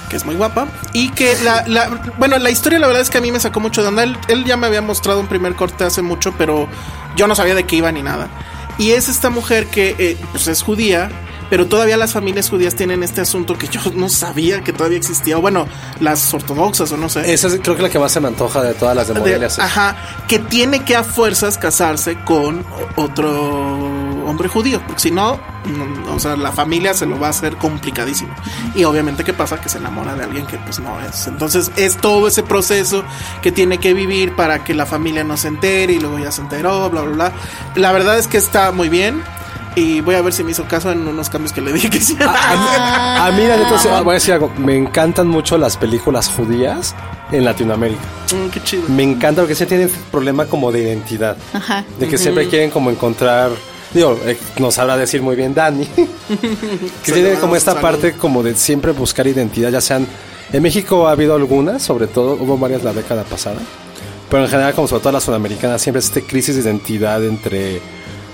E: que es muy guapa. Y que la, la- bueno, la historia la verdad es que a mí me sacó mucho de onda. Él, él ya me había mostrado un primer corte hace mucho, pero yo no sabía de qué iba ni nada. Y es esta mujer que eh, pues es judía, pero todavía las familias judías tienen este asunto que yo no sabía que todavía existía. O bueno, las ortodoxas o no sé.
F: Esa es, creo que la que más se me antoja de todas las de
E: De- Ah.
F: Morelia. sí.
E: ajá, que tiene que a fuerzas casarse con o- otro hombre judío, porque si no, no, o sea, la familia se lo va a hacer complicadísimo. Y obviamente, ¿qué pasa? Que se enamora de alguien que pues no es. Entonces, es todo ese proceso que tiene que vivir para que la familia no se entere y luego ya se enteró, bla, bla, bla. La verdad es que está muy bien. Y voy a ver si me hizo caso en unos cambios que le dije que hiciera.
F: Ah, A mí, la neta, sí, ah, voy a decir algo. Me encantan mucho las películas judías en Latinoamérica.
E: (laughs) Mm, Qué chido.
F: Me encanta porque se tiene este problema como de identidad.
D: Ajá.
F: De que siempre quieren como encontrar. Digo, eh, nos sabrá decir muy bien Dani. (laughs) que tiene como esta parte como de siempre buscar identidad, ya sean. En México ha habido algunas, sobre todo, hubo varias la década pasada. Pero en general, como sobre todo las sudamericanas, siempre es esta crisis de identidad entre.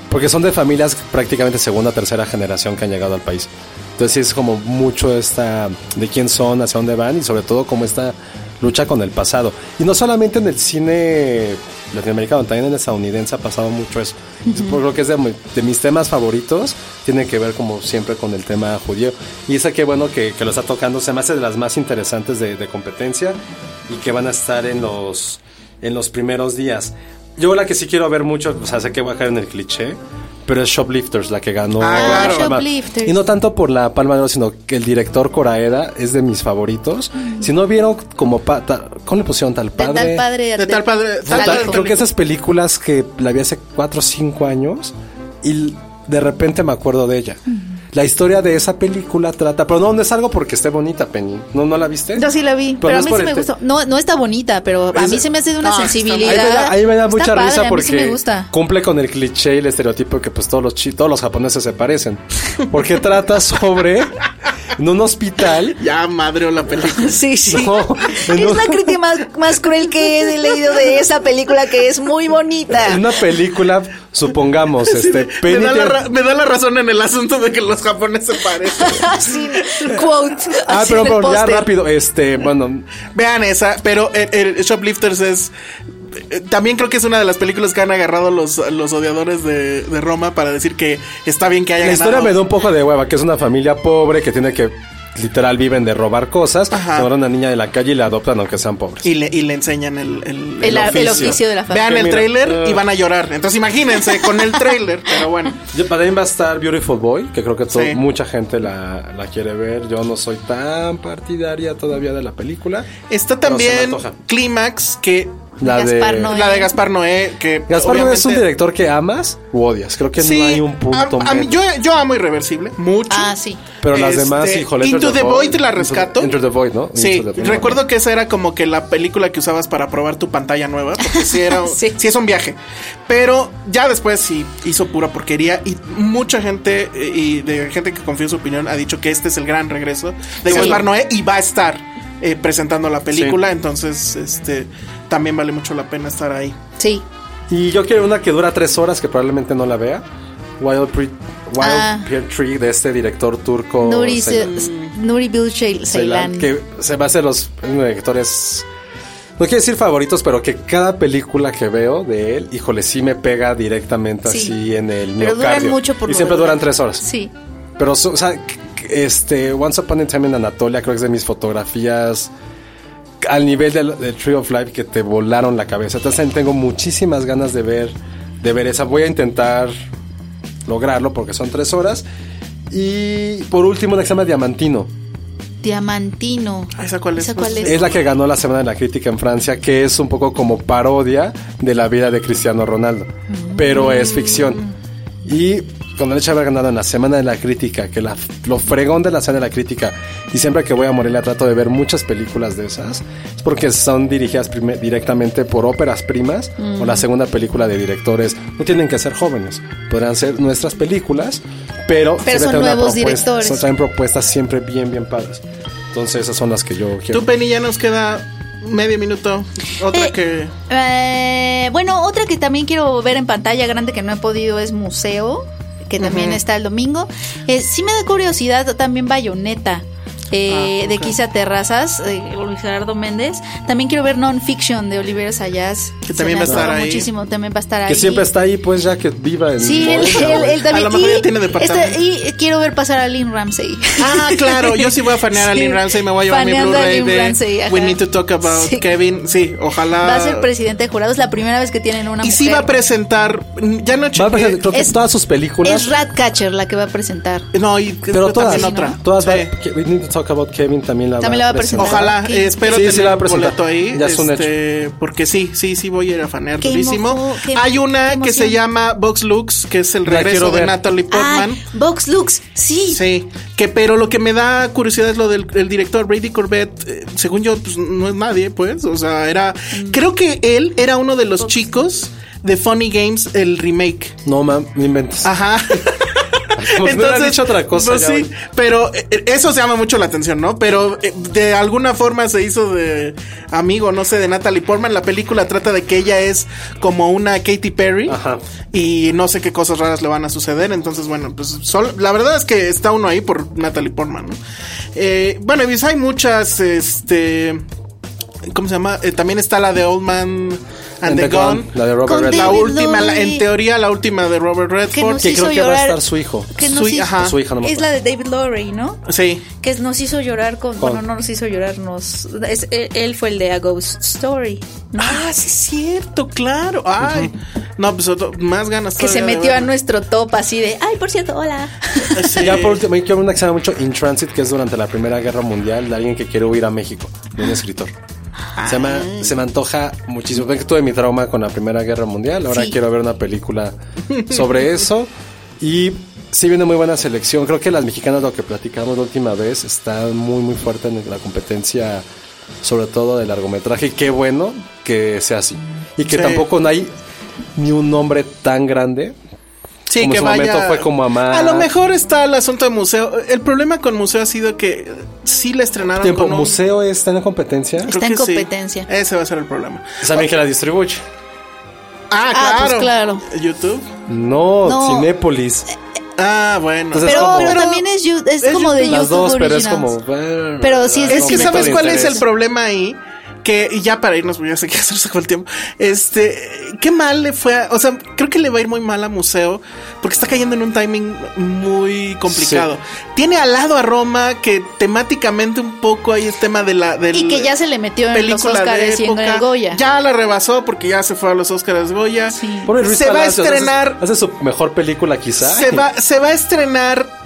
F: Porque son de familias prácticamente segunda o tercera generación que han llegado al país. Entonces, sí es como mucho esta. de quién son, hacia dónde van y sobre todo como esta lucha con el pasado. Y no solamente en el cine latinoamericano, también en el estadounidense ha pasado mucho eso. Entonces, por lo que es de, mi- de mis temas favoritos, tiene que ver como siempre con el tema judío. Y esa que bueno que, que lo está tocando, se me hace de las más interesantes de, de competencia y que van a estar en los, en los primeros días. Yo la que sí quiero ver mucho, o sea, sé que voy a caer en el cliché, pero es Shoplifters, la que ganó.
E: Ah,
F: la
E: claro.
F: Palma.
D: Shoplifters.
F: Y no tanto por la Palma de Oro, sino que el director Coraeda es de mis favoritos. Si no vieron como... pa- ta- ¿Cómo le pusieron tal
D: De
F: padre?
D: Mm. tal padre.
E: De tal padre-
F: Puta,
E: tal padre-
F: creo que esas películas que la vi hace 4 o 5 años y de repente me acuerdo de ella.
D: Mm.
F: La historia de esa película trata, pero no, no es algo porque esté bonita, Penny. ¿No, no la viste?
D: Yo sí la vi, pero,
F: no
D: a
F: es
D: mí
F: por
D: sí me
F: el te-
D: gustó. No, no está bonita, pero a
F: Es-
D: mí se me hace de una
E: Ah, está-
D: sensibilidad.
F: Ahí me da, ahí me da
D: Está
F: mucha
D: padre,
F: risa
D: A mí sí
F: porque
D: me gusta.
F: (laughs) cumple con el cliché y el estereotipo de que pues todos los chi- todos los japoneses se parecen.
D: (laughs)
F: Porque trata sobre en un hospital.
E: Ya madreó la película.
D: Sí, sí.
F: No, no.
D: Es la crítica más, más cruel que he leído de esa película que es muy bonita.
F: (laughs) En una película, supongamos, este
E: Me
F: Penny
E: da, la
F: tiene-
E: ra- me da la razón en el asunto de que los japoneses se parecen.
D: Así, quote.
F: Ah,
D: así
F: pero,
D: en el
F: pero ya
D: póster.
F: rápido, este, bueno,
E: (laughs) Vean esa, pero el, el Shoplifters es. eh, También creo que es una de las películas que han agarrado los, los odiadores de, de Roma para decir que está bien que haya
F: La historia
E: ganado.
F: me da un poco de hueva, que es una familia pobre que tiene que literal viven de robar cosas,
E: Ajá.
F: ahora una niña de la calle y la adoptan aunque sean pobres.
E: y le, y le enseñan el, el,
D: El, el oficio. de la familia.
E: Vean el
F: Mira,
E: tráiler
F: eh.
E: y van a llorar. Entonces imagínense con el
F: (laughs)
E: tráiler, pero bueno.
F: Yo, para mí va a estar Beautiful Boy, que creo que to-
E: Sí.
F: mucha gente la, la quiere ver. Yo no soy tan partidaria todavía de la película.
E: Está
F: pero se me
E: también
F: antoja.
E: Clímax, que
F: la de
D: Gaspar Noé.
E: la de Gaspar Noé, que
F: Gaspar Noé es un
E: obviamente-
F: director que amas o odias. Creo que
E: Sí,
F: no hay un punto
E: a- a mí-
F: medio.
E: yo, yo amo Irreversible, mucho.
D: Ah, sí.
F: Pero las
E: Este,
F: demás, híjole.
E: Into the Void la
F: Into the-
E: rescato.
F: Into the Void, ¿no?
E: Sí,
F: Into the Void.
E: recuerdo que esa era como que la película que usabas para probar tu pantalla nueva, porque sí,
D: (laughs)
E: era, sí.
D: Sí.
E: es un viaje. Pero ya después sí hizo pura porquería y mucha gente eh, y de gente que confía en su opinión ha dicho que este es el gran regreso de
D: Sí.
E: Gaspar Noé y va a estar eh, presentando la película, entonces este también vale mucho la pena estar ahí.
D: Sí.
F: Y yo quiero una que dura tres horas, que probablemente no la vea. Wild, Pre- Wild
D: Ah.
F: Pear Tree de este director turco.
D: Nuri,
F: Ceylan-
D: Nuri Bill Ceil-
F: Ceylan,
D: Ceylan.
F: que se me hace los directores. No quiero decir favoritos, pero que cada película que veo de él, híjole, sí me pega directamente
D: Sí.
F: así en el miocardio.
D: Pero duran mucho por
F: y
D: lo
F: siempre
D: regular.
F: duran tres horas.
D: Sí.
F: Pero, so- o sea, c- c- este, Once Upon a Time in Anatolia, creo que es de mis fotografías al nivel del, del Tree of Life que te volaron la cabeza. Entonces, tengo muchísimas ganas de ver, de ver esa. Voy a intentar lograrlo porque son tres horas. Y por último, una que se llama Diamantino.
D: Diamantino.
E: Ah, ¿esa cuál es?
D: ¿Esa cuál
E: No
D: es?
F: Es la que ganó la Semana de la Crítica en Francia, que es un poco como parodia de la vida de Cristiano Ronaldo, pero es ficción. Y con el hecho de haber ganado en la Semana de la Crítica, que la, lo fregón de la Semana de la Crítica, y siempre que voy a Morelia trato de ver muchas películas de esas, es porque son dirigidas prime- directamente por óperas primas o la segunda película de directores. No tienen que ser jóvenes, podrán ser nuestras películas, pero, siempre
D: Pero son
F: traen una
D: nuevos
F: propuesta-
D: directores.
E: eh,
F: son- traen propuestas siempre bien, bien padres. Entonces esas son las que yo quiero.
E: Tú Penny ya nos queda medio minuto. Otra
D: Eh,
E: que.
D: eh, bueno, otra que también quiero ver en pantalla grande que no he podido es Museo, que también está el domingo. Eh, sí me da curiosidad también Bayoneta. eh,
E: Ah,
D: De
E: ok.
D: Kisa Terrazas, eh, Luis Gerardo Méndez. También quiero ver Nonfiction de Oliver Sayas.
E: Que también va a estar ahí.
D: Muchísimo, también va a estar
F: Que
D: ahí.
F: siempre está ahí, pues ya que viva en.
D: Sí, él, él-
F: Boeing,
D: él- él
F: güey.
D: también.
E: A lo mejor
D: y
E: ya tiene departamento.
D: este- y quiero ver pasar a Lynn Ramsey.
E: Ah, claro, yo sí voy a fanear a
D: (laughs) Sí.
E: Lynn Ramsey, me voy a llevar mi
D: Faneando a
E: Blu-ray
D: Lynn
E: de
D: Ramsey, ajá.
E: We Need to Talk About
D: Sí.
E: Kevin. Sí, ojalá.
D: Va a ser presidente de jurado, es la primera vez que tienen una
E: y
D: mujer.
E: sí va a presentar, ya no
F: Va a presentar,
E: chequé.
F: creo que
D: Es-
F: todas sus películas.
D: Es Ratcatcher la que va a presentar.
E: No, y
F: pero todas.
E: también otra.
F: Todas. va-
E: Sí.
F: Ke- We need to talk about Kevin también la
D: También
F: va
D: la
F: a
D: va a presentar.
E: Ojalá,
D: Sí.
E: eh, espero
F: Sí, sí,
E: tener
F: la va a
E: un
F: presentar.
E: boleto ahí.
F: Ya es un
E: este, Porque sí, sí, sí voy a ir a fanear
D: Qué
E: durísimo.
D: emo- qué-
E: Hay una
D: qué
E: que se
D: emoción. Ah,
E: llama Box Lux, que es el
F: La
E: regreso
F: quiero
E: de
F: ver.
E: Natalie Portman.
D: Ay, Vox Lux, sí.
E: Sí, que pero lo que me da curiosidad es lo del el director Brady Corbett. eh, según yo, pues no es nadie, pues. O sea, era. Creo que él era uno de los chicos de Funny Games, el remake.
F: No, mam, no inventes.
D: Ah,
F: (laughs)
E: Ajá.
F: Como si me hubieran dicho otra cosa,
E: pues,
F: ya,
E: sí,
F: güey.
E: pero eh, eso se llama mucho la atención, ¿no? Pero eh, de alguna forma se hizo de amigo, no sé, de Natalie Portman. La película trata de que ella es como una Katy Perry
F: Ajá.
E: y no sé qué cosas raras le van a suceder. Entonces, bueno, pues sol- la verdad es que está uno ahí por Natalie Portman, ¿no? Eh, bueno, y pues hay muchas, este... ¿Cómo se llama? Eh, también está la de Old Man and, the, Gun.
F: La de Robert
D: Con
F: Redford.
E: La
D: David
E: última, la- en
D: Bowie.
E: teoría, la última de Robert
D: Que
E: Redford.
D: nos
F: Que
D: hizo
F: creo que va a
D: llorar.
F: estar su hijo.
D: Que nos
E: Su-
D: hizo-
E: ajá.
F: Su hija, no me
D: Es la de David Lowry, ¿no?
E: Sí.
D: Que nos hizo llorar con.
F: ¿Cuál?
D: Bueno, no nos hizo llorar, nos. es- él, él fue el de A Ghost Story. ¿no?
E: Ah, sí es cierto, claro. Ay. No, pues otro- más ganas.
D: que
E: todavía
D: se
E: de
D: metió a
E: verlo.
D: nuestro top así de. Ay, por cierto, hola.
E: Sí.
F: Ya por último, yo quiero ver una que se llama mucho In Transit, que es durante la Primera Guerra Mundial, de alguien que quiere huir a México, de un escritor. Se, llama- se me antoja muchísimo. Ven que tuve mi trauma con la Primera Guerra Mundial, ahora
D: Sí.
F: quiero ver una película sobre eso. Y sí viene muy buena selección. Creo que las mexicanas, lo que platicamos la última vez, están muy, muy fuerte en la competencia, sobre todo del largometraje. Y qué bueno que sea así. Y que
E: Sí.
F: tampoco no hay ni un nombre tan grande.
E: Sí,
F: como en
E: que
F: su
E: vaya.
F: momento fue como Amar.
E: A lo mejor está el asunto de museo. El problema con museo ha sido que sí le estrenaron.
F: Tiempo,
E: Ah, con un-
F: museo está en la competencia.
E: Creo
D: Está en
E: que sí.
D: competencia.
E: Ese va a ser el problema.
F: Saben que la distribuye.
E: Ah,
D: Ah, pues
E: claro.
D: claro.
E: YouTube.
F: No,
D: No.
F: Cinépolis.
E: Ah, bueno.
F: Entonces,
D: Pero,
F: como-
D: pero también es, you- es,
E: es
D: como de
E: YouTube.
D: YouTube.
F: Las dos, pero es
D: Originals.
F: como. bueno,
D: Pero sí es
F: no
D: de
E: Es que
F: me
E: sabes cuál es el
F: interesa.
E: problema ahí. Que y ya para irnos, porque ya sé (laughs) que ya se nos acabó el tiempo. Este, qué mal le fue. a- o sea, creo que le va a ir muy mal a Museo porque está cayendo en un timing muy complicado. Tiene al lado a Roma que temáticamente un poco ahí es tema de la. Del,
D: Y que ya se le metió en los
E: película de
D: Oscars y en
E: época.
D: el Goya.
E: Ya la rebasó porque ya se fue a los Oscars Goya.
D: Sí.
F: Pobre Luis
E: Se va a
F: Palacios, hace-
E: estrenar-
F: Hace, su mejor película, quizá.
E: Se va, se va a estrenar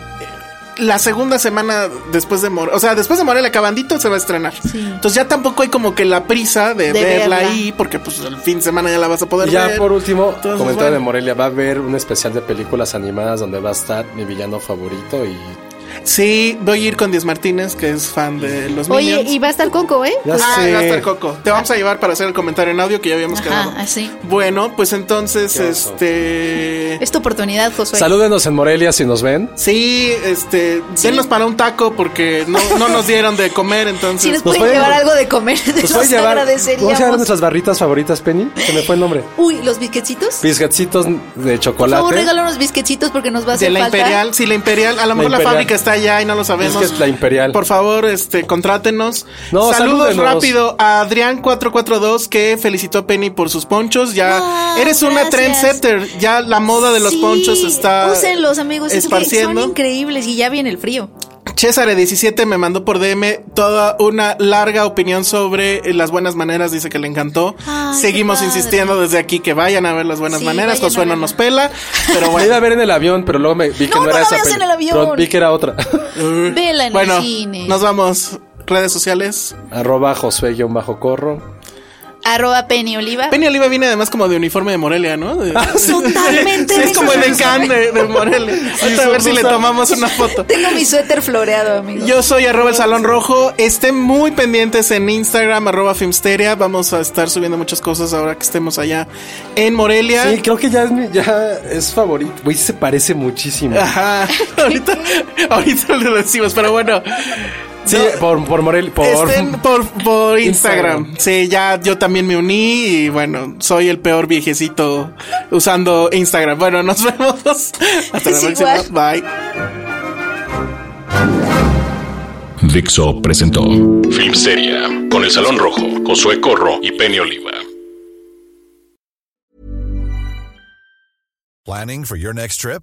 E: la segunda semana después de Morelia. O sea, después de Morelia, acabandito se va a estrenar.
D: Sí.
E: Entonces ya tampoco hay como que la prisa de,
D: De
E: verla,
D: verla.
E: ahí, porque pues el fin de semana ya la vas a poder
F: Y ya
E: ver.
F: por último,
E: Entonces,
F: comentario
E: bueno.
F: de Morelia: va a haber un especial de películas animadas donde va a estar mi villano favorito. Y
E: Sí, voy a ir con Diez Martínez, que es fan de los
D: Oye,
E: Minions.
D: y va a estar Coco, ¿eh?
F: Ya
E: Ah,
F: sé.
E: va a estar Coco. Te vamos a llevar para hacer el comentario en audio que ya habíamos quedado.
D: Ajá, ah, así.
E: Bueno, pues entonces,
F: Qué oso.
E: este.
D: Es tu oportunidad, Josué.
F: salúdenos en Morelia si nos ven.
E: Sí, este,
D: Sí.
E: denos para un taco porque no, no nos dieron de comer,
D: Si
E: entonces.
D: nos pueden
F: pueden-
E: (laughs)
D: llevar algo de comer, nos,
F: Nos pueden Pues llevar. ¿Cómo se llaman
D: agradeceríamos.
F: nuestras barritas favoritas, Penny? Se me fue el nombre.
D: Uy, los bisquecitos.
F: Biscuitcitos de
D: Por
F: chocolate.
D: favor, regala unos bisquecitos porque nos va a
E: de
D: hacer
E: la
D: falta.
E: Imperial, sí, la Imperial, a lo mejor la,
F: Imperial.
E: fábrica está allá y no lo sabemos.
F: Es que es la Imperial.
E: Por favor, este, contrátenos.
F: No,
E: Saludos
F: salúdenos.
E: rápido a Adrián442 que felicitó a Penny por sus ponchos. Ya
D: Wow,
E: eres una
D: gracias.
E: trendsetter, ya la moda de los
D: Sí,
E: ponchos está
D: Úsenlos, amigos. es que
E: esparciendo.
D: Son increíbles y ya viene el frío.
E: César17 me mandó por DM toda una larga opinión sobre eh, las buenas maneras, dice que le encantó.
D: Ay,
E: Seguimos
D: qué padre.
E: insistiendo desde aquí que vayan a ver las buenas
D: Sí,
E: maneras,
D: vayan
E: Josué
D: a
E: no
D: verla.
E: nos pela,
D: (laughs)
E: pero
F: La iba a
E: bueno.
F: ver en el avión, pero luego me vi que
D: No,
F: no,
D: no
F: era
D: la
F: esa
D: veas en
F: peli-
D: el avión.
F: pero Vi que era otra.
D: Vela
E: Mm.
D: en
E: bueno,
D: el cine.
E: nos vamos. Redes sociales.
F: Arroba Josué-Corro.
D: Arroba Penny Oliva.
E: Penny (laughs) Oliva viene además como de uniforme de Morelia, ¿no? De-
F: Ah,
D: Totalmente.
E: Sí, es como el encán de, de Morelia. Ahorita a ver si le tomamos una foto.
D: Tengo mi suéter floreado, amigos.
E: Yo soy arroba el salón rojo. Estén muy pendientes en Instagram, arroba Filmsteria. Vamos a estar subiendo muchas cosas ahora que estemos allá en Morelia.
F: Sí, creo que ya es, mi- ya es favorito. Güey,
E: Ah,
F: se parece muchísimo.
E: Ajá. Ahorita, ahorita le decimos, pero bueno.
F: Sí, por, por Morel, por... (laughs)
E: Estén por, por Instagram.
F: Instagram.
E: Sí, ya yo también me uní y bueno, soy el peor viejecito usando Instagram. Bueno, nos (laughs) vemos. Hasta la
D: Es
E: próxima.
D: igual.
E: Bye.
A: Dixo presentó Film Seria con El Salón Rojo, Josué Corro y Penny Oliva.
G: Planning for your next trip?